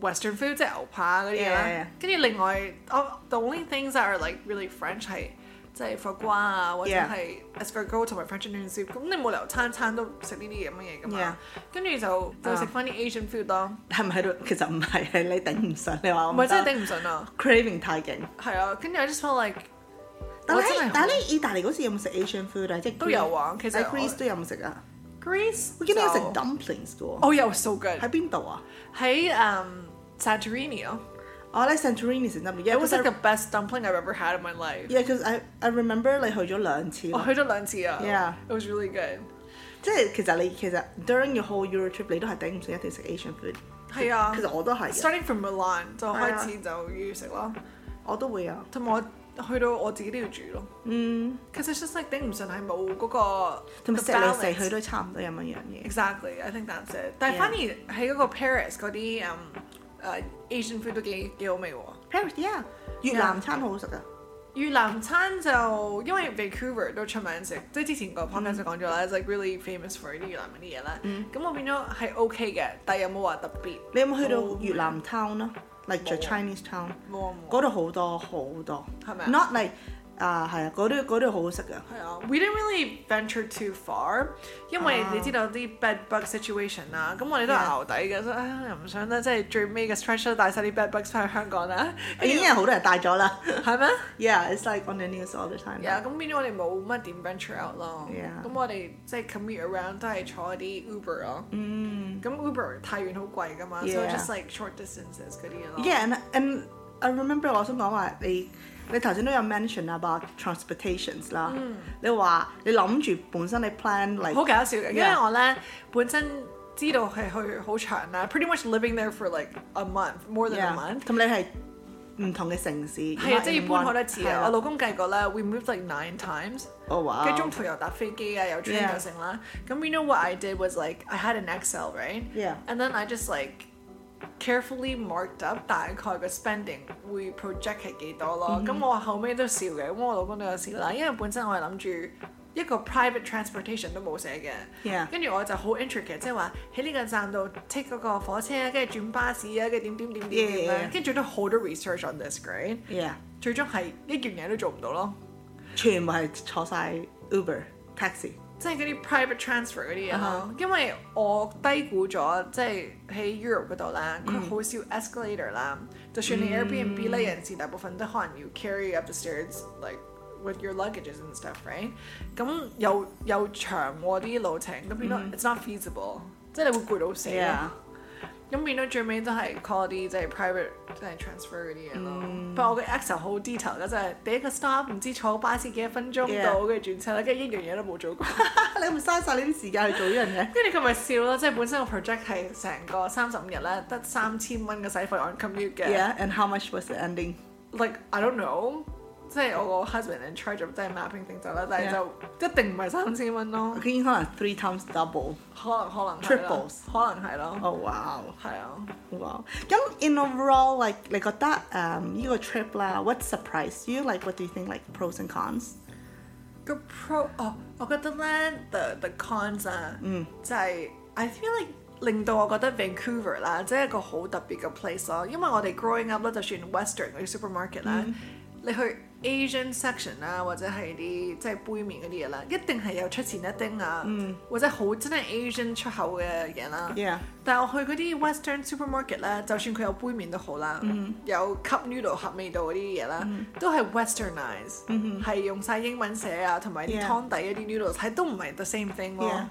Speaker 1: Western food 即係牛扒嗰啲嘢
Speaker 2: Yeah, yeah,
Speaker 1: 啦
Speaker 2: yeah。
Speaker 1: 跟住另外，我 the only things that are like really French 係即係 foie gras 啊，或者
Speaker 2: Yeah
Speaker 1: 係 escargot 同埋 French onion soup。咁你冇理由餐餐都食呢啲咁嘅嘢㗎嘛
Speaker 2: Yeah？
Speaker 1: 跟住就就食翻啲 Asian food 咯，
Speaker 2: 係咪喺度？其實唔係，係你頂唔順。你話我
Speaker 1: 唔
Speaker 2: 唔
Speaker 1: 係真係
Speaker 2: 得
Speaker 1: 頂唔順啊！
Speaker 2: craving 太勁。
Speaker 1: 係啊，跟住 I just felt like
Speaker 2: 但
Speaker 1: 我
Speaker 2: 係
Speaker 1: 真係好
Speaker 2: 你但係你意大利嗰時有冇食 Asian food 啊？即係
Speaker 1: 都有啊其實
Speaker 2: 喺
Speaker 1: 我
Speaker 2: Greece 都有冇食啊？
Speaker 1: Greece，
Speaker 2: 我見你有食
Speaker 1: 就
Speaker 2: dumplings 嘅喎，
Speaker 1: 哦又 so good
Speaker 2: 喺邊度啊？
Speaker 1: 喺誒 Santorini 咯
Speaker 2: 我咧 Santorini 食 dumpling，
Speaker 1: ，it
Speaker 2: 因為
Speaker 1: was like the best dumpling I've ever had in my life。
Speaker 2: Yeah, cause I I remember 你去咗兩次
Speaker 1: 我
Speaker 2: 咯，
Speaker 1: 去咗兩次啊
Speaker 2: Yeah
Speaker 1: ，it was really good。
Speaker 2: 即係其實你其實 during your whole Euro trip 你都係頂唔順，一定食 Asian food。
Speaker 1: 係啊
Speaker 2: 其實我都係嘅，
Speaker 1: Starting from Milan 就
Speaker 2: 係
Speaker 1: 開
Speaker 2: 啊
Speaker 1: 始就要食咯，
Speaker 2: 我都會啊。
Speaker 1: 同埋我去到我自己都要煮咯。
Speaker 2: 嗯，
Speaker 1: 其實 just like 頂唔順係冇嗰個
Speaker 2: 同埋食
Speaker 1: the
Speaker 2: 嚟
Speaker 1: balance
Speaker 2: 食去都差唔多一樣樣嘢。
Speaker 1: Exactly, I think that's it. 但係
Speaker 2: Yeah.
Speaker 1: 反而喺嗰個 Paris 嗰啲嗯誒 uh, Asian food 都幾幾好味喎。
Speaker 2: Paris yeah，越南餐好好食啊。
Speaker 1: 越南餐就因為 Vancouver 都出名食，即係之前個 podcast 都講咗啦，it's like really famous for 啲越南嗰啲嘢啦。咁我變咗係 OK 嘅，但係有冇話特別？
Speaker 2: 你有冇去
Speaker 1: 冇
Speaker 2: 到越南 town 啊？Like the
Speaker 1: 冇啊
Speaker 2: Chinese town，
Speaker 1: 冇啊冇啊
Speaker 2: 嗰度好多好多。
Speaker 1: 係咪啊
Speaker 2: Not like 啊係啊，嗰度嗰度好好食啊。
Speaker 1: 係啊，we didn't really venture too far，因為
Speaker 2: 啊
Speaker 1: 你知道啲 bed bug situation 啦，咁我哋都係
Speaker 2: Yeah
Speaker 1: 熬底嘅，所以唉又唔想咧，即係最尾嘅 stretch 都帶晒啲 bed bugs 翻去香港啦，
Speaker 2: 已經有好多人帶咗啦。
Speaker 1: 係咩？
Speaker 2: Yeah，it's like on the news all the time。
Speaker 1: Yeah，咁變咗我哋冇乜點 venture out 咯。
Speaker 2: Yeah
Speaker 1: 咁我哋即係 commute around 都係坐啲 Uber 咯。
Speaker 2: 嗯。
Speaker 1: 咁 Uber 太遠好貴㗎嘛，所以
Speaker 2: Yeah
Speaker 1: just like short distances 嗰啲咯。
Speaker 2: Yeah, and and I remember 我想講話你你頭先都有 mention about transportations 啦。你話你諗住本身你 plan like
Speaker 1: 好搞笑嘅，因為
Speaker 2: Yeah
Speaker 1: 我咧本身知道係去好長啦，pretty much living there for like a month more than a
Speaker 2: yeah，
Speaker 1: month。
Speaker 2: 咁你係唔同嘅城市，
Speaker 1: 係啊，
Speaker 2: not
Speaker 1: 即係
Speaker 2: in
Speaker 1: 要搬好
Speaker 2: one，
Speaker 1: 多次
Speaker 2: 係
Speaker 1: 啊！我老公計過咧，we moved like nine times。
Speaker 2: 哦哇，
Speaker 1: 跟住中途又搭飛機啊，又 train
Speaker 2: Uh, Yeah.
Speaker 1: 又成啦。咁 you know what I did was like I had an Excel right?
Speaker 2: Yeah.
Speaker 1: And then I just like carefully marked up 大概個 spending 會 project 係幾多咯。
Speaker 2: Mm-hmm。
Speaker 1: 咁、我後尾都笑嘅，咁我老公都有笑啦，因為本身我係諗住。一個 private transportation 都冇寫嘅
Speaker 2: Yeah.
Speaker 1: 跟住我就好 intricate，即係話喺呢個站度 take 嗰個火車啊，跟住轉巴士啊，跟住點點點點點
Speaker 2: Yeah, yeah,
Speaker 1: 啦
Speaker 2: yeah.，
Speaker 1: 跟住都好多 research on this right，
Speaker 2: yeah，
Speaker 1: 最終係一樣嘢都做唔到咯。
Speaker 2: 全部係坐晒 Uber taxi。
Speaker 1: 即係嗰啲 private transfer 嗰啲嘢咯因為我低估咗，即係喺 Europe 嗰度啦，佢好少 escalator 啦。就算你 Airbnb 咧，人士大部分都可能要 carry up the stairs，like with your luggages and stuff，right？咁又又長喎啲路程，咁變咗 it's not feasible，即係你會攰到死咯
Speaker 2: Yeah，
Speaker 1: 咁變到最尾都係 call 啲即係 private 即係 transfer 嗰啲嘢咯。不過我嘅 Excel 好 detail 嘅，即係第一個 stop 唔知坐巴士幾多分鐘
Speaker 2: Yeah
Speaker 1: 到，跟住轉車啦，跟住一樣嘢都冇做過。
Speaker 2: 你咪嘥晒你啲時間去做呢樣嘢。
Speaker 1: 跟住佢咪笑咯，即係本身個 project 係成個三十五日咧，得三千蚊嘅使費 on commute 嘅。
Speaker 2: Yeah，and how much was the ending？
Speaker 1: Like I don't know，即係我個 husband in charge of 即係 mapping things out 啦，但係
Speaker 2: Yeah.
Speaker 1: 就一定唔係三千蚊咯，
Speaker 2: 佢已經可能 three times double。
Speaker 1: 可能可能係啦
Speaker 2: Triples
Speaker 1: 可能係咯，
Speaker 2: 哦哇！
Speaker 1: 係啊。
Speaker 2: Wow. 咁 in overall like 你覺得誒呢個 trip 啦，what surprised you? Like what do you think like pros and cons?
Speaker 1: 個 pro 哦，我覺得咧 the the cons 啊，就係 I feel like 令到我覺得 Vancouver 啦，即係一個好特別嘅 place 咯。因為我哋 growing up 咧，就算 Western 嗰啲 supermarket 啦，你去 Asian section 啦，或者係啲即係杯麵嗰啲嘢啦，一定係有出前一丁啊，或者好真係 Asian 出口嘅嘢啦。
Speaker 2: Yeah.
Speaker 1: 但係我去嗰啲 Western supermarket 咧，就算佢有杯麵都好啦，有 cup noodle 合味道嗰啲嘢啦，都係 westernize，係用晒英文寫啊，同埋啲
Speaker 2: Yeah
Speaker 1: 湯底嗰啲 noodles 係都唔係 the same thing 咯
Speaker 2: Yeah。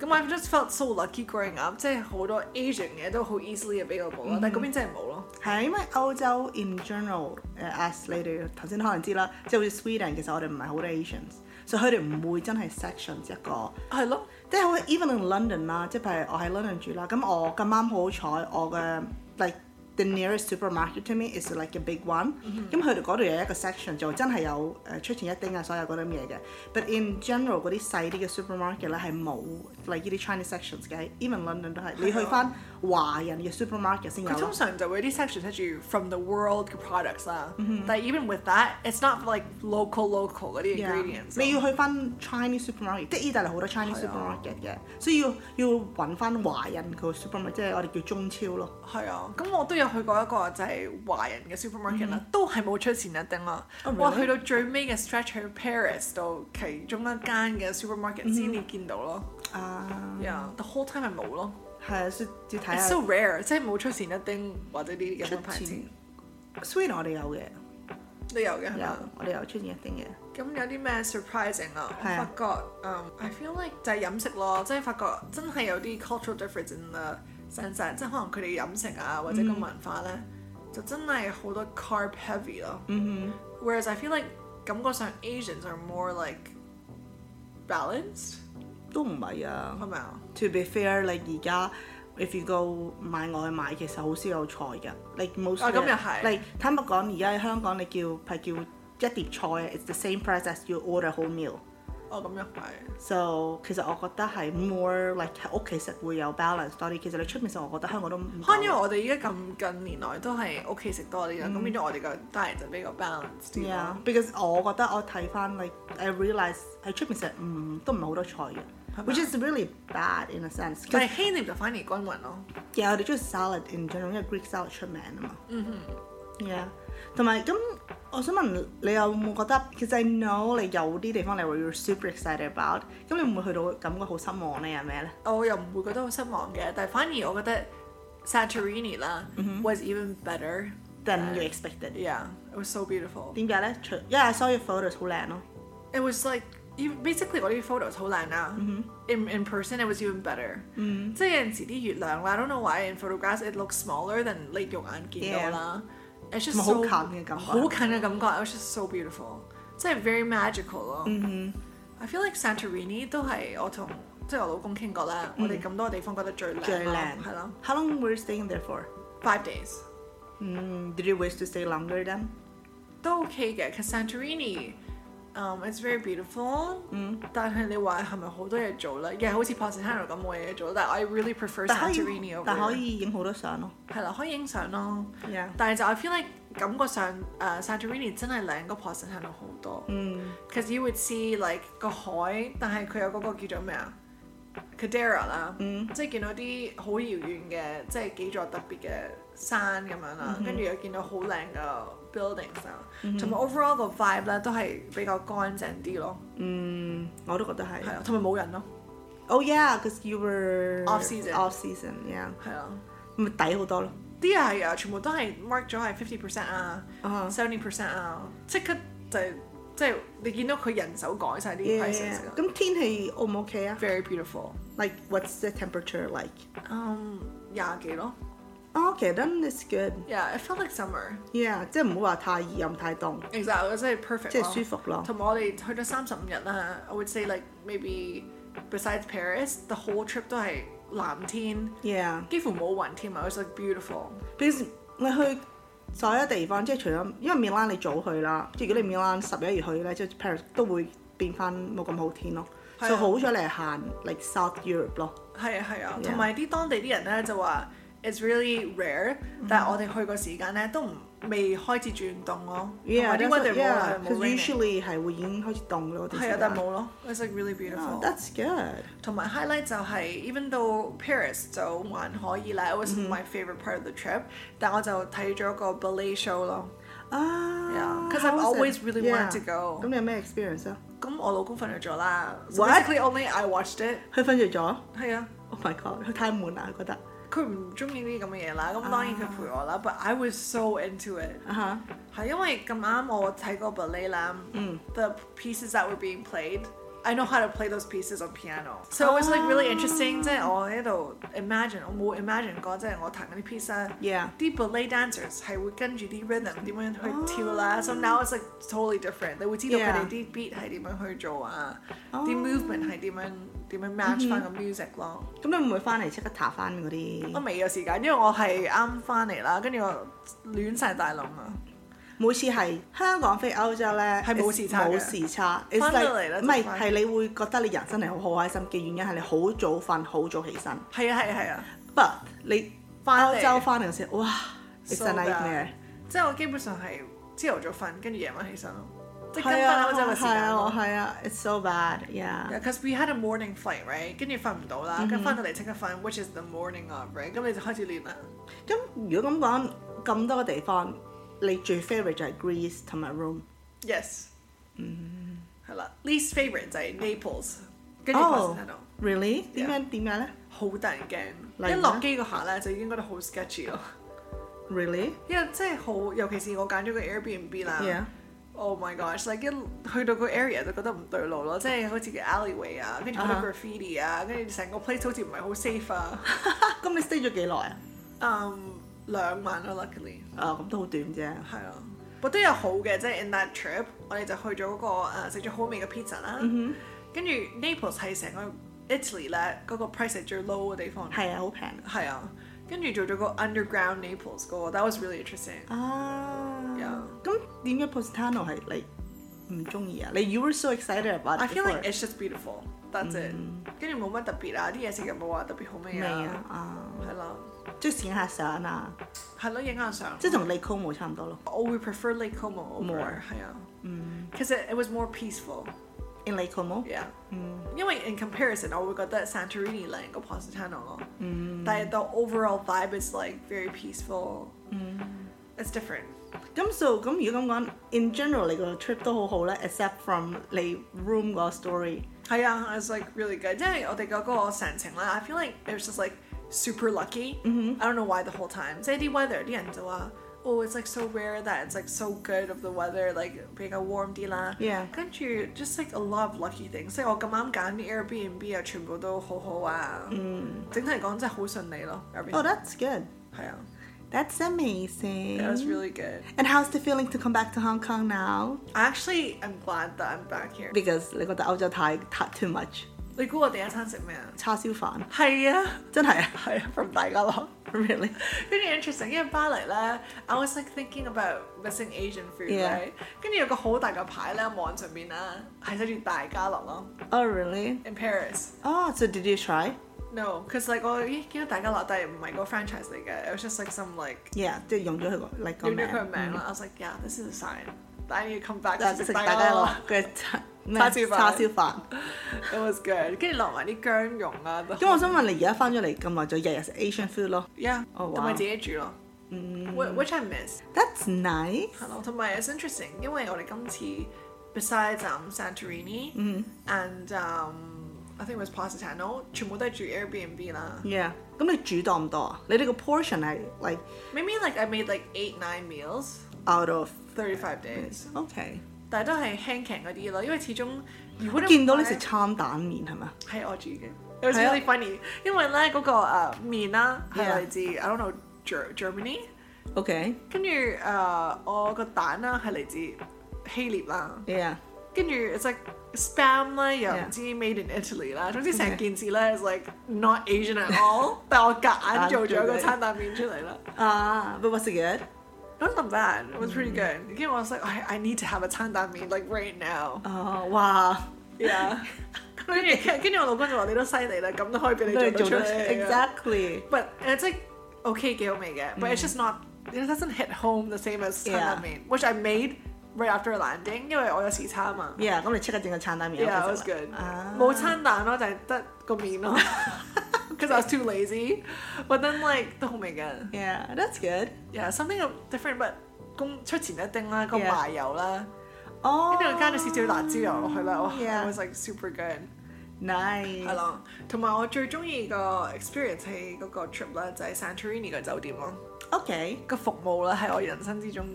Speaker 1: 咁 I've just felt so lucky growing up，即係好多 Asian 嘢都好 easily available 咯，但係嗰邊真係冇咯。
Speaker 2: 係因為歐洲 in general 誒 as 你哋頭先可能知啦，即係好似 Sweden 其實我哋唔係好多 Asians，所以佢哋唔會真係 sections 一個
Speaker 1: 係咯，
Speaker 2: 即係好 even in London 啦，即係譬如我喺 London 住啦，咁我咁啱好彩，我嘅 like the nearest supermarket to me is like a big one，咁
Speaker 1: 嗯
Speaker 2: 佢哋嗰度有一個 section 就真係有誒、呃出前一丁啊，所有嗰啲咁嘢嘅。But in general 嗰啲細啲嘅 supermarket 咧係冇 like 呢啲 Chinese sections 嘅，even London 都係。你去翻華人嘅 supermarket 先有
Speaker 1: 佢
Speaker 2: 咯
Speaker 1: 通。常就會啲 section 寫住 from the world 嘅 products 啦，但係 even with that it's not like local local 嗰啲
Speaker 2: Yeah.
Speaker 1: ingredients。啊
Speaker 2: 你要去翻 Chinese supermarket，即係意大利好多 Chinese
Speaker 1: 係啊
Speaker 2: supermarket 嘅，所以要要揾翻華人佢 supermarket，即係我哋叫中超咯。
Speaker 1: 係啊，咁我都有去過一個就係華人嘅 supermarket 啦，都係冇出前一丁啦。
Speaker 2: 嗯 Oh,
Speaker 1: 哇，
Speaker 2: really？
Speaker 1: 去到最尾嘅 stretch 去 Paris 到其中一間嘅
Speaker 2: 嗯
Speaker 1: supermarket 先至見到咯。
Speaker 2: 啊，
Speaker 1: Yeah，the whole time 係冇咯。
Speaker 2: 係啊，所以要睇
Speaker 1: It's
Speaker 2: 下
Speaker 1: so。rare，即係冇出前一丁或者呢啲咁
Speaker 2: 出
Speaker 1: 嘅牌子
Speaker 2: 前雖然我哋有嘅，
Speaker 1: 都有嘅係
Speaker 2: 有
Speaker 1: 嘛？
Speaker 2: 我哋有出現一丁嘅。
Speaker 1: 咁有啲咩 surprising 啊？我
Speaker 2: 係
Speaker 1: 發
Speaker 2: 啊
Speaker 1: 覺嗯 I feel like 就係飲食咯，即係發覺真係有啲 cultural difference in the sense that，即係可能佢哋飲食啊或者個文化咧，就真係好多 carb heavy 咯。
Speaker 2: 嗯
Speaker 1: Whereas I feel like 感覺上 Asians are more like balanced
Speaker 2: 哼，都唔係啊。
Speaker 1: 係咪啊？
Speaker 2: To be fair，你而家 if you go 買外賣，其實好少有菜㗎。你冇
Speaker 1: 啊咁又係
Speaker 2: 你坦白講，而家喺香港你叫係叫一碟菜，it's the same price as you order whole meal。
Speaker 1: 哦，咁又係。
Speaker 2: So 其實我覺得係 more like 喺屋企食會有 balance 多啲。其實你出面食，我覺得香港都唔夠
Speaker 1: 可能因為我哋而家咁近年來都係屋企食多啲啦，咁變咗我哋個 diet 就比較 balanced 啲咯
Speaker 2: Yeah，。because 我覺得我睇翻 like I realise 喺出面食唔都唔係好多菜
Speaker 1: 係
Speaker 2: 嘅
Speaker 1: 咪
Speaker 2: ，which is really bad in a sense。
Speaker 1: 但係希臘就反而均勻咯。
Speaker 2: 有我哋中意 salad in general，因為 Greek salad 出名啊嘛。嗯哼。Yeah，同埋咁，我想問你有冇覺得其實 I know 你有啲地方你會 you're super excited about，咁你會唔會去到感覺好失望咧？係咩咧？
Speaker 1: 我又唔會覺得好失望嘅，但係反而我覺得 Santorini 啦、was even better。
Speaker 2: Than you expected。
Speaker 1: Yeah, it was so beautiful.
Speaker 2: 點解咧？除因為 I saw your photos 好靚咯。
Speaker 1: It was like you- basically 我啲 photos 好靚啦。In in person it was even better。即係
Speaker 2: Mm.
Speaker 1: 有陣時啲月亮啦，I don't know why in photographs it looks smaller than 你肉眼見到啦。It's just
Speaker 2: 咪好
Speaker 1: so-
Speaker 2: 近嘅感覺
Speaker 1: 好近嘅感覺。It was just so beautiful，即係 very magical 咯。I
Speaker 2: Mm-hmm.
Speaker 1: feel like Santorini 都係我同即係我老公傾過啦，我哋咁多地方覺得最靚
Speaker 2: Mm。
Speaker 1: 啦，
Speaker 2: 最靚
Speaker 1: 係咯。
Speaker 2: How long were you staying there for？
Speaker 1: Five days。
Speaker 2: 嗯，Did you wish to stay longer then？
Speaker 1: 都 OK 嘅，其實 Santorini，嗯、i t s very beautiful，但
Speaker 2: 嗯
Speaker 1: 係你話係咪好多嘢做咧？亦係好似 Positano 咁冇嘢做，但係 I really prefer
Speaker 2: 但可
Speaker 1: Santorini
Speaker 2: 以
Speaker 1: over，
Speaker 2: 但可以影好多相咯。
Speaker 1: 係啦，可以影相咯。
Speaker 2: Yeah。
Speaker 1: 但係就 I feel like 感覺上誒、呃 Santorini 真係靚過 Positano 好多
Speaker 2: 嗯。
Speaker 1: ，cause you would see like 個海，但係佢有嗰個叫做咩啊 Cadera 啦，即係見到啲好遙遠嘅，即係幾座特別嘅山咁樣啦，跟住又見到好靚嘅 buildings 啊，同埋 overall 個 vibe 咧都係比較乾淨啲咯，
Speaker 2: 嗯，我都覺得係
Speaker 1: 係。啊，同埋冇人咯，
Speaker 2: Oh yeah，cause you were
Speaker 1: Off season
Speaker 2: Off season，yeah。
Speaker 1: 係啊，
Speaker 2: 咪抵好多咯。
Speaker 1: 啲人係啊，全部都係 mark 咗係 fifty percent 啊
Speaker 2: 啊
Speaker 1: ，seventy percent 啊，即刻就係即係你見到佢人手改晒啲 prices 啊㗎
Speaker 2: 咁天氣 O 唔 OK 啊
Speaker 1: ，very beautiful，
Speaker 2: ？Like what's the temperature like？
Speaker 1: 嗯，廿幾咯
Speaker 2: 哦，OK，then it's good。
Speaker 1: ，yeah，it felt like summer。
Speaker 2: Yeah，即係唔好話太熱又唔太凍，
Speaker 1: exactly 真係 perfect
Speaker 2: 即
Speaker 1: 咯
Speaker 2: 係舒服咯。
Speaker 1: 同埋我哋去咗三十五日啦，I would say like maybe besides Paris，the whole trip 都係藍天，幾乎冇雲添啊，it was like beautiful。
Speaker 2: Yeah，because 你去所有地方，即係除咗因為 Milan 你早去啦，即係如果你 Milan 十一月去咧，即係 Paris 都會變翻冇咁好天咯。
Speaker 1: 係啊
Speaker 2: 所以好彩你係行 like South Europe 咯。
Speaker 1: 係啊係啊，
Speaker 2: Yeah
Speaker 1: 同埋啲當地啲人咧就話 it's really rare，但係
Speaker 2: Mm。
Speaker 1: 我哋去個時間咧都唔未開始轉凍咯，同埋
Speaker 2: Yeah，
Speaker 1: 啲
Speaker 2: that's-
Speaker 1: weather 冇啊
Speaker 2: yeah，
Speaker 1: 冇
Speaker 2: because
Speaker 1: raining
Speaker 2: usually 係會已經開始凍咯。嗰段
Speaker 1: 係啊
Speaker 2: 時，
Speaker 1: 但係
Speaker 2: 間
Speaker 1: 冇咯，it's like really
Speaker 2: Oh,
Speaker 1: beautiful。
Speaker 2: that's good.
Speaker 1: 同埋 highlight 就係、even though Paris 就還可以啦，it was
Speaker 2: Mm。
Speaker 1: my favourite part of the trip，但我就睇咗個 ballet show 咯。
Speaker 2: 啊
Speaker 1: Yeah, 'cause I've
Speaker 2: how was
Speaker 1: always
Speaker 2: it?
Speaker 1: really
Speaker 2: Ah, Yeah.
Speaker 1: wanted to go.
Speaker 2: 咁你有咩 experience 啊？
Speaker 1: 咁我老公瞓着咗啦。So
Speaker 2: What？
Speaker 1: basically only I watched it。
Speaker 2: 佢瞓着咗
Speaker 1: 係啊，
Speaker 2: ，Oh my god，佢太悶啦，佢覺得
Speaker 1: 佢唔中意呢啲咁嘅嘢啦。咁當然佢陪我啦。But I was so into it。
Speaker 2: 啊哈，
Speaker 1: 係因為咁啱我睇過 ballet 啦。The pieces that were being played I know how to play those pieces on piano. So it was like really interesting，即係我喺度 imagine，我冇 imagine 過，即係我彈嗰啲 piece 啊
Speaker 2: Yeah.
Speaker 1: 啲 ballet dancers 係會跟住啲 rhythm 點樣去跳啦。So now it's like totally different，你會知道佢
Speaker 2: Yeah.
Speaker 1: 哋啲 beat 係點樣去做啊，
Speaker 2: 哦
Speaker 1: 啲 movement 係點樣點樣 match 翻個 music 咯。
Speaker 2: 咁你會唔會翻嚟即刻查翻嗰
Speaker 1: 我
Speaker 2: 啲？
Speaker 1: 未有時間，因為我係啱翻嚟啦，跟住我亂晒大龍啊。
Speaker 2: 每次係香港飛歐洲咧，
Speaker 1: 係冇時差嘅
Speaker 2: 冇時差。It's
Speaker 1: 返到
Speaker 2: like-
Speaker 1: 嚟咧
Speaker 2: 唔係
Speaker 1: 就快
Speaker 2: 係你會覺得你人生係好好開心嘅原因係你好早瞓，好早起身。
Speaker 1: 係啊係啊係啊，
Speaker 2: But 你
Speaker 1: 返嚟
Speaker 2: 歐洲翻嚟嘅時候，哇！It's a
Speaker 1: So bad
Speaker 2: nightmare。
Speaker 1: 即係我基本上係朝頭早瞓，跟住夜晚起身咯。即係
Speaker 2: 係
Speaker 1: 跟翻
Speaker 2: 啊，
Speaker 1: 歐洲嘅時
Speaker 2: 係
Speaker 1: 間
Speaker 2: 啊，
Speaker 1: 咯
Speaker 2: 我。係啊，It's so bad，yeah。
Speaker 1: Because we had a morning flight, right？跟住瞓唔到啦，跟
Speaker 2: Mm-hmm。
Speaker 1: 翻到嚟即刻瞓，which is the morning of, right？咁你就開始練啦。
Speaker 2: 咁如果咁講咁多個地方，你最 favorite 就係 Greece 同埋 Rome。
Speaker 1: Yes，係
Speaker 2: Mm-hmm。
Speaker 1: 啦。Least favorite 就係 Naples，跟住 Costanzo，
Speaker 2: Oh, Really？點
Speaker 1: Yeah
Speaker 2: 樣點樣咧
Speaker 1: 好突然
Speaker 2: 如
Speaker 1: 驚。
Speaker 2: 咧
Speaker 1: 一落機嗰下咧，就已經覺得好 sketchy 咯。
Speaker 2: ？Really？
Speaker 1: 因為即係好，尤其是我揀咗個 Airbnb 啦。
Speaker 2: Yeah。
Speaker 1: Oh my gosh！like 一去到個 area 就覺得唔對路咯，即係好似個 alleyway 啊，跟住好多
Speaker 2: 啊哈
Speaker 1: graffiti 啊，跟住成個 place 好似唔係好 safe 啊。
Speaker 2: 咁你 stay 咗幾耐啊？
Speaker 1: 嗯，兩晚咯，luckily。
Speaker 2: 啊，咁都好短啫。
Speaker 1: 係啊，不過都有好嘅，即係 in that trip，我哋就去咗嗰、個呃食咗好味嘅 pizza 啦，
Speaker 2: Mm-hmm。
Speaker 1: 跟住 Naples 係成個 Italy 咧嗰個 price 係最 low 嘅地方，
Speaker 2: 係啊，好平。
Speaker 1: 係啊，跟住做咗個 underground Naples 嗰個，that was really interesting。
Speaker 2: 啊
Speaker 1: Yeah。
Speaker 2: 咁點解 Postano 係你唔中意啊？你 à? you were so excited about
Speaker 1: I
Speaker 2: it
Speaker 1: feel
Speaker 2: before。
Speaker 1: like
Speaker 2: Mm。
Speaker 1: it's just beautiful. That's it。跟住冇乜特別啊，啲嘢食又冇話特別好味
Speaker 2: 未啊
Speaker 1: 啊，？
Speaker 2: 啊，
Speaker 1: 係啦，
Speaker 2: 即係影下相啊，
Speaker 1: 係咯，影下相。
Speaker 2: 即係同 Lake Como 差唔多咯。
Speaker 1: 我會 oh, prefer Lake Como over
Speaker 2: More
Speaker 1: 係啊，其實 it was more peaceful。
Speaker 2: In Lake Como。
Speaker 1: Yeah，因為 in comparison，我會 oh, 覺得 Santorini 靚過 Positano 咯。但係 the overall vibe is like very peaceful。It's different。
Speaker 2: 咁 so 咁如果咁講，in general 你個 trip 都好好啦，except from 你 room 嗰個 story。
Speaker 1: 係啊，it's uh, like really good。因 oh, 為我哋嗰個神情啦，I feel like it was just like super lucky。I
Speaker 2: Mm-hmm.
Speaker 1: don't know why the whole time。即係啲 weather，啲人就話。Oh, it's like so rare that it's like so good of the weather, like 比較 warm 啲啦。
Speaker 2: Yeah.
Speaker 1: 跟住 just like a lot of lucky things，即係 oh, 我咁啱揀啲 Airbnb 啊，全部都好好啊。嗯。整體嚟講真係好順利咯。everything
Speaker 2: Mm. Oh, that's good.
Speaker 1: 係啊
Speaker 2: That's amazing.
Speaker 1: ，that was really good.
Speaker 2: And how's the feeling to come back to Hong Kong now?
Speaker 1: I actually am glad that I'm back here.
Speaker 2: Because 你覺得歐洲太太 too much
Speaker 1: 你估我第一餐食咩啊？
Speaker 2: 叉燒飯，
Speaker 1: 係啊，
Speaker 2: 真係啊
Speaker 1: 係啊，from 大家樂。
Speaker 2: ，really？
Speaker 1: 跟住 interesting，因為巴黎咧，I was like thinking about missing Asian food
Speaker 2: Yeah.
Speaker 1: right？跟住有個好大嘅牌咧，網上面啦，係寫住大家樂咯。
Speaker 2: Oh, really?
Speaker 1: In Paris。
Speaker 2: Oh, so did you try?
Speaker 1: No，cause like 我咦見到大家樂，但係唔係個 franchise 嚟嘅，it was just like some like
Speaker 2: Yeah，即係用咗佢個 like 個
Speaker 1: 用咗
Speaker 2: 名
Speaker 1: 佢個名啦。I was like yeah this is a sign that I need to come back
Speaker 2: 但
Speaker 1: to
Speaker 2: 係
Speaker 1: 食
Speaker 2: 食
Speaker 1: 大
Speaker 2: 大
Speaker 1: 家
Speaker 2: 家
Speaker 1: 樂。
Speaker 2: 樂嘅叉咩
Speaker 1: 叉燒飯
Speaker 2: 叉燒飯。
Speaker 1: It was good，跟住落埋啲薑蓉啊。
Speaker 2: 咁我想問你而家翻咗嚟咁耐，就日日食 Asian food 咯
Speaker 1: Yeah，
Speaker 2: Oh, wow.
Speaker 1: 同埋自己煮咯。Wh- which I miss
Speaker 2: ？That's nice。
Speaker 1: 係咯，同埋 it's interesting，因為我哋今次 besides um, Santorini、and um, I think it was Positano，全部都係住 Airbnb 啦。
Speaker 2: Yeah，咁你煮多唔多啊？你哋個 portion 係 like
Speaker 1: Maybe like I made like eight nine meals
Speaker 2: out of
Speaker 1: thirty five days，
Speaker 2: OK。
Speaker 1: 但係都係輕強嗰啲咯，因為始終如果
Speaker 2: 見到你食餐蛋麵係咪啊？
Speaker 1: 係我煮嘅，it was
Speaker 2: 係啊
Speaker 1: really funny，因為咧嗰、個誒麵啦係
Speaker 2: Yeah
Speaker 1: 嚟自 I don't know Ger- Germany。
Speaker 2: OK，yeah，
Speaker 1: 跟住誒、呃我個蛋啦係嚟自希臘啦，跟住 it's like spam 啦，又
Speaker 2: Yeah.
Speaker 1: 唔知 made in Italy 啦，總之成
Speaker 2: Okay.
Speaker 1: 件事咧 is like not Asian at all，但 係我夾硬做咗個餐蛋面出嚟啦。
Speaker 2: 啊，but what's it good？
Speaker 1: Ah, It wasn't bad, it was pretty good. 跟住我 was like, Mm. I, I need to have a 餐蛋面 like right now.
Speaker 2: 啊，哇，
Speaker 1: Yeah. 跟住跟住我老公就話你都犀利啦，咁都可以俾 你
Speaker 2: 都
Speaker 1: 做
Speaker 2: 係
Speaker 1: 到
Speaker 2: 做
Speaker 1: 出
Speaker 2: 到
Speaker 1: 嚟啊。
Speaker 2: exactly。
Speaker 1: But it's like okay 幾好味嘅，but it's just not it doesn't hit home the same as 餐
Speaker 2: Yeah.
Speaker 1: 蛋麵，which I made right after landing，因為我有時差啊嘛。
Speaker 2: Yeah，咁你即刻整個餐蛋麵。Ah.
Speaker 1: Yeah, it
Speaker 2: 我
Speaker 1: was
Speaker 2: 食啦
Speaker 1: good.
Speaker 2: 啊
Speaker 1: 冇餐蛋咯，就係得個面咯。Because I was too lazy, but then like 都好味嘅。
Speaker 2: Yeah，that's good。
Speaker 1: Yeah, something different, but 工出前一丁啦，個
Speaker 2: Yeah.
Speaker 1: 麻油啦，
Speaker 2: 哦 Oh,
Speaker 1: 跟，住加咗少少辣椒油落去啦，哇
Speaker 2: Yeah.
Speaker 1: ，it was like super good。
Speaker 2: nice。
Speaker 1: 係咯，同埋我最中意個 experience 係嗰個 trip 啦，就係 Santorini 個酒店咯。
Speaker 2: OK，
Speaker 1: 個服務咧係我人生之中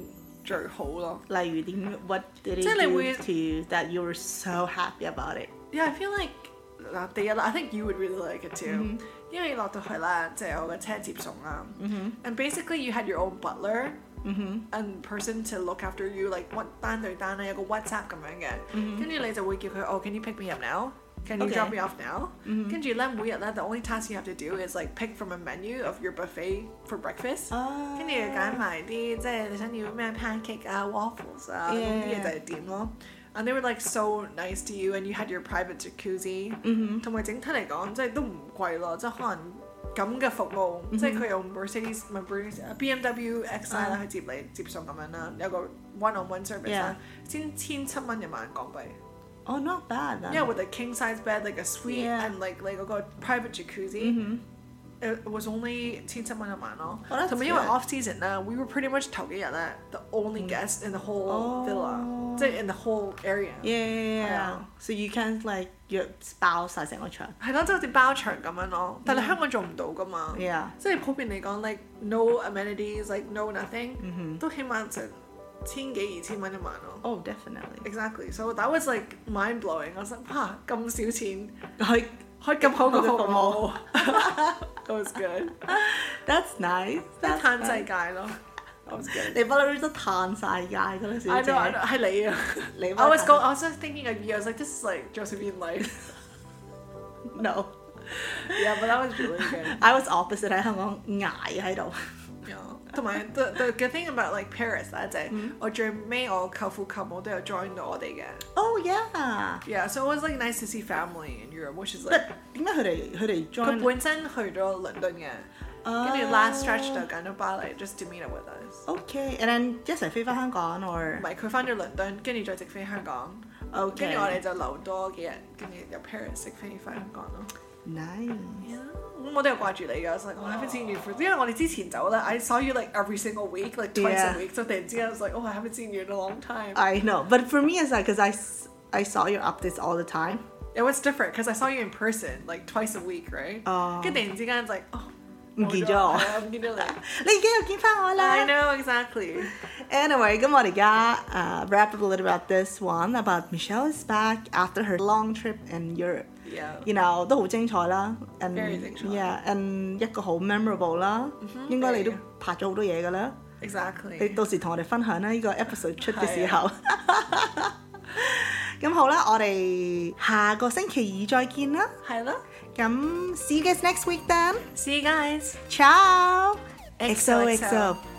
Speaker 1: 最好咯。
Speaker 2: 例如點？What did
Speaker 1: 即係你會
Speaker 2: you do to that you were so happy about it？
Speaker 1: Yeah, I feel like 嗱第一啦，I think you would really like it too，、因為落到去啦，即、係、我嘅車接送啦、a n d um, basically you had your own butler。and person to look after you like what 單對單啦，有個 WhatsApp 咁樣嘅，跟住你就會叫佢哦，can "Oh, you pick me up now？Can you
Speaker 2: Okay.
Speaker 1: drop me off now？跟住咧，每日咧，the only task you have to do is like pick from a menu of your buffet for breakfast。
Speaker 2: 啊
Speaker 1: 跟住揀埋啲即係你想要咩 pancake 啊、waffles 啊咁
Speaker 2: Yeah.
Speaker 1: 啲嘢就係點咯。And they were like so nice to you, and you had your private jacuzzi。同
Speaker 2: Mm-hmm。
Speaker 1: 埋整體嚟講，即係都唔貴咯，即係可能咁嘅服務
Speaker 2: Mm-hmm。
Speaker 1: 即係佢用 Mercedes 唔係 Mercedes 啊 BMW XI
Speaker 2: Uh。
Speaker 1: 啦去接你接送咁樣啦，有個 one-on-one service 啦先千七蚊一晚港幣。
Speaker 2: 哦，not Oh, bad 啊
Speaker 1: Yeah, with a king size bed, like a
Speaker 2: Uh。
Speaker 1: suite,
Speaker 2: Yeah. Mm-hmm。
Speaker 1: and like like 嗰個 private jacuzzi. It was only 千七蚊一晚咯。
Speaker 2: Oh, that's
Speaker 1: 同埋因為
Speaker 2: good. Mm.
Speaker 1: off season 啦 we were pretty much 頭幾日咧 the only guest in the whole
Speaker 2: Oh.
Speaker 1: villa，即 in the whole area。係
Speaker 2: yeah
Speaker 1: 啊
Speaker 2: so you can like 約包晒成個場
Speaker 1: 係咯，即好似包場咁樣咯。但係香港做唔到㗎嘛。
Speaker 2: yeah
Speaker 1: 即係普遍嚟講，like no amenities, like no nothing，都起碼成千幾二千蚊一晚咯。
Speaker 2: oh definitely
Speaker 1: Exactly. So that was like mind blowing. I was like, wow, 咁少錢。
Speaker 2: like
Speaker 1: 開咁好嘅服務。That was good.
Speaker 2: that's nice
Speaker 1: 真
Speaker 2: that's
Speaker 1: 係嘆世界咯。That was
Speaker 2: nice.
Speaker 1: good.
Speaker 2: 你不嬲都嘆晒界㗎啦
Speaker 1: I
Speaker 2: 小
Speaker 1: know, I know.
Speaker 2: 姐
Speaker 1: 係你啊。
Speaker 2: 你
Speaker 1: I was go. I was just thinking of you. I was like, this is like Josephine life.
Speaker 2: no
Speaker 1: Yeah, but that was really good.
Speaker 2: I was opposite 喺香港捱喺度
Speaker 1: Yeah. 同埋 the the good thing about like Paris that day, 我最尾我舅父舅母都有 join 到我哋嘅。
Speaker 2: oh yeah
Speaker 1: Yeah, so it was like nice to see family in Europe, which is
Speaker 2: but
Speaker 1: like
Speaker 2: 點解佢哋佢哋 join Oh,
Speaker 1: 佢本身去咗倫敦嘅，跟住 last stretch 就揀咗巴黎 just to meet up with us。
Speaker 2: OK，and then 一齊飛翻香港 or
Speaker 1: 唔係佢翻咗倫敦，跟住再直飛香港，
Speaker 2: OK，
Speaker 1: 跟住我哋就留多幾日，跟住由 Paris 直飛翻香港咯。
Speaker 2: nice。
Speaker 1: 咁我都有掛住你㗎，所以我 haven't seen you for，因為我哋之前走啦，I saw you like every single week, like twice a
Speaker 2: Yeah.
Speaker 1: week，so 突然之間 I was like, oh, I haven't seen you in a long time.
Speaker 2: I know, but for me it's like because I s- I saw your updates all the time.
Speaker 1: It was different because I saw you in person like twice a week, right?
Speaker 2: 哦
Speaker 1: 跟住突然之間 it's like，哦，
Speaker 2: 唔見咗我
Speaker 1: 冇係啊唔見咗你。
Speaker 2: 你已經又見翻我啦。
Speaker 1: I know exactly.
Speaker 2: Anyway，咁我哋而家誒 Uh, wrap up a little about this one about Michelle is back after her long trip in Europe。
Speaker 1: Yeah.
Speaker 2: 然後都好精彩啦，and
Speaker 1: Very 精彩
Speaker 2: yeah，and 一個好 memorable 啦。應該你都
Speaker 1: very
Speaker 2: 拍咗好多嘢㗎啦。你
Speaker 1: Exactly.
Speaker 2: 到時同我哋分享啦，呢、個 episode 出嘅時 候。咁好啦，我哋下個星期二再見啦。
Speaker 1: 係啦
Speaker 2: 咁 see you guys next week then。
Speaker 1: ，See you guys.
Speaker 2: Ciao.
Speaker 1: XOXO.
Speaker 2: XOXO.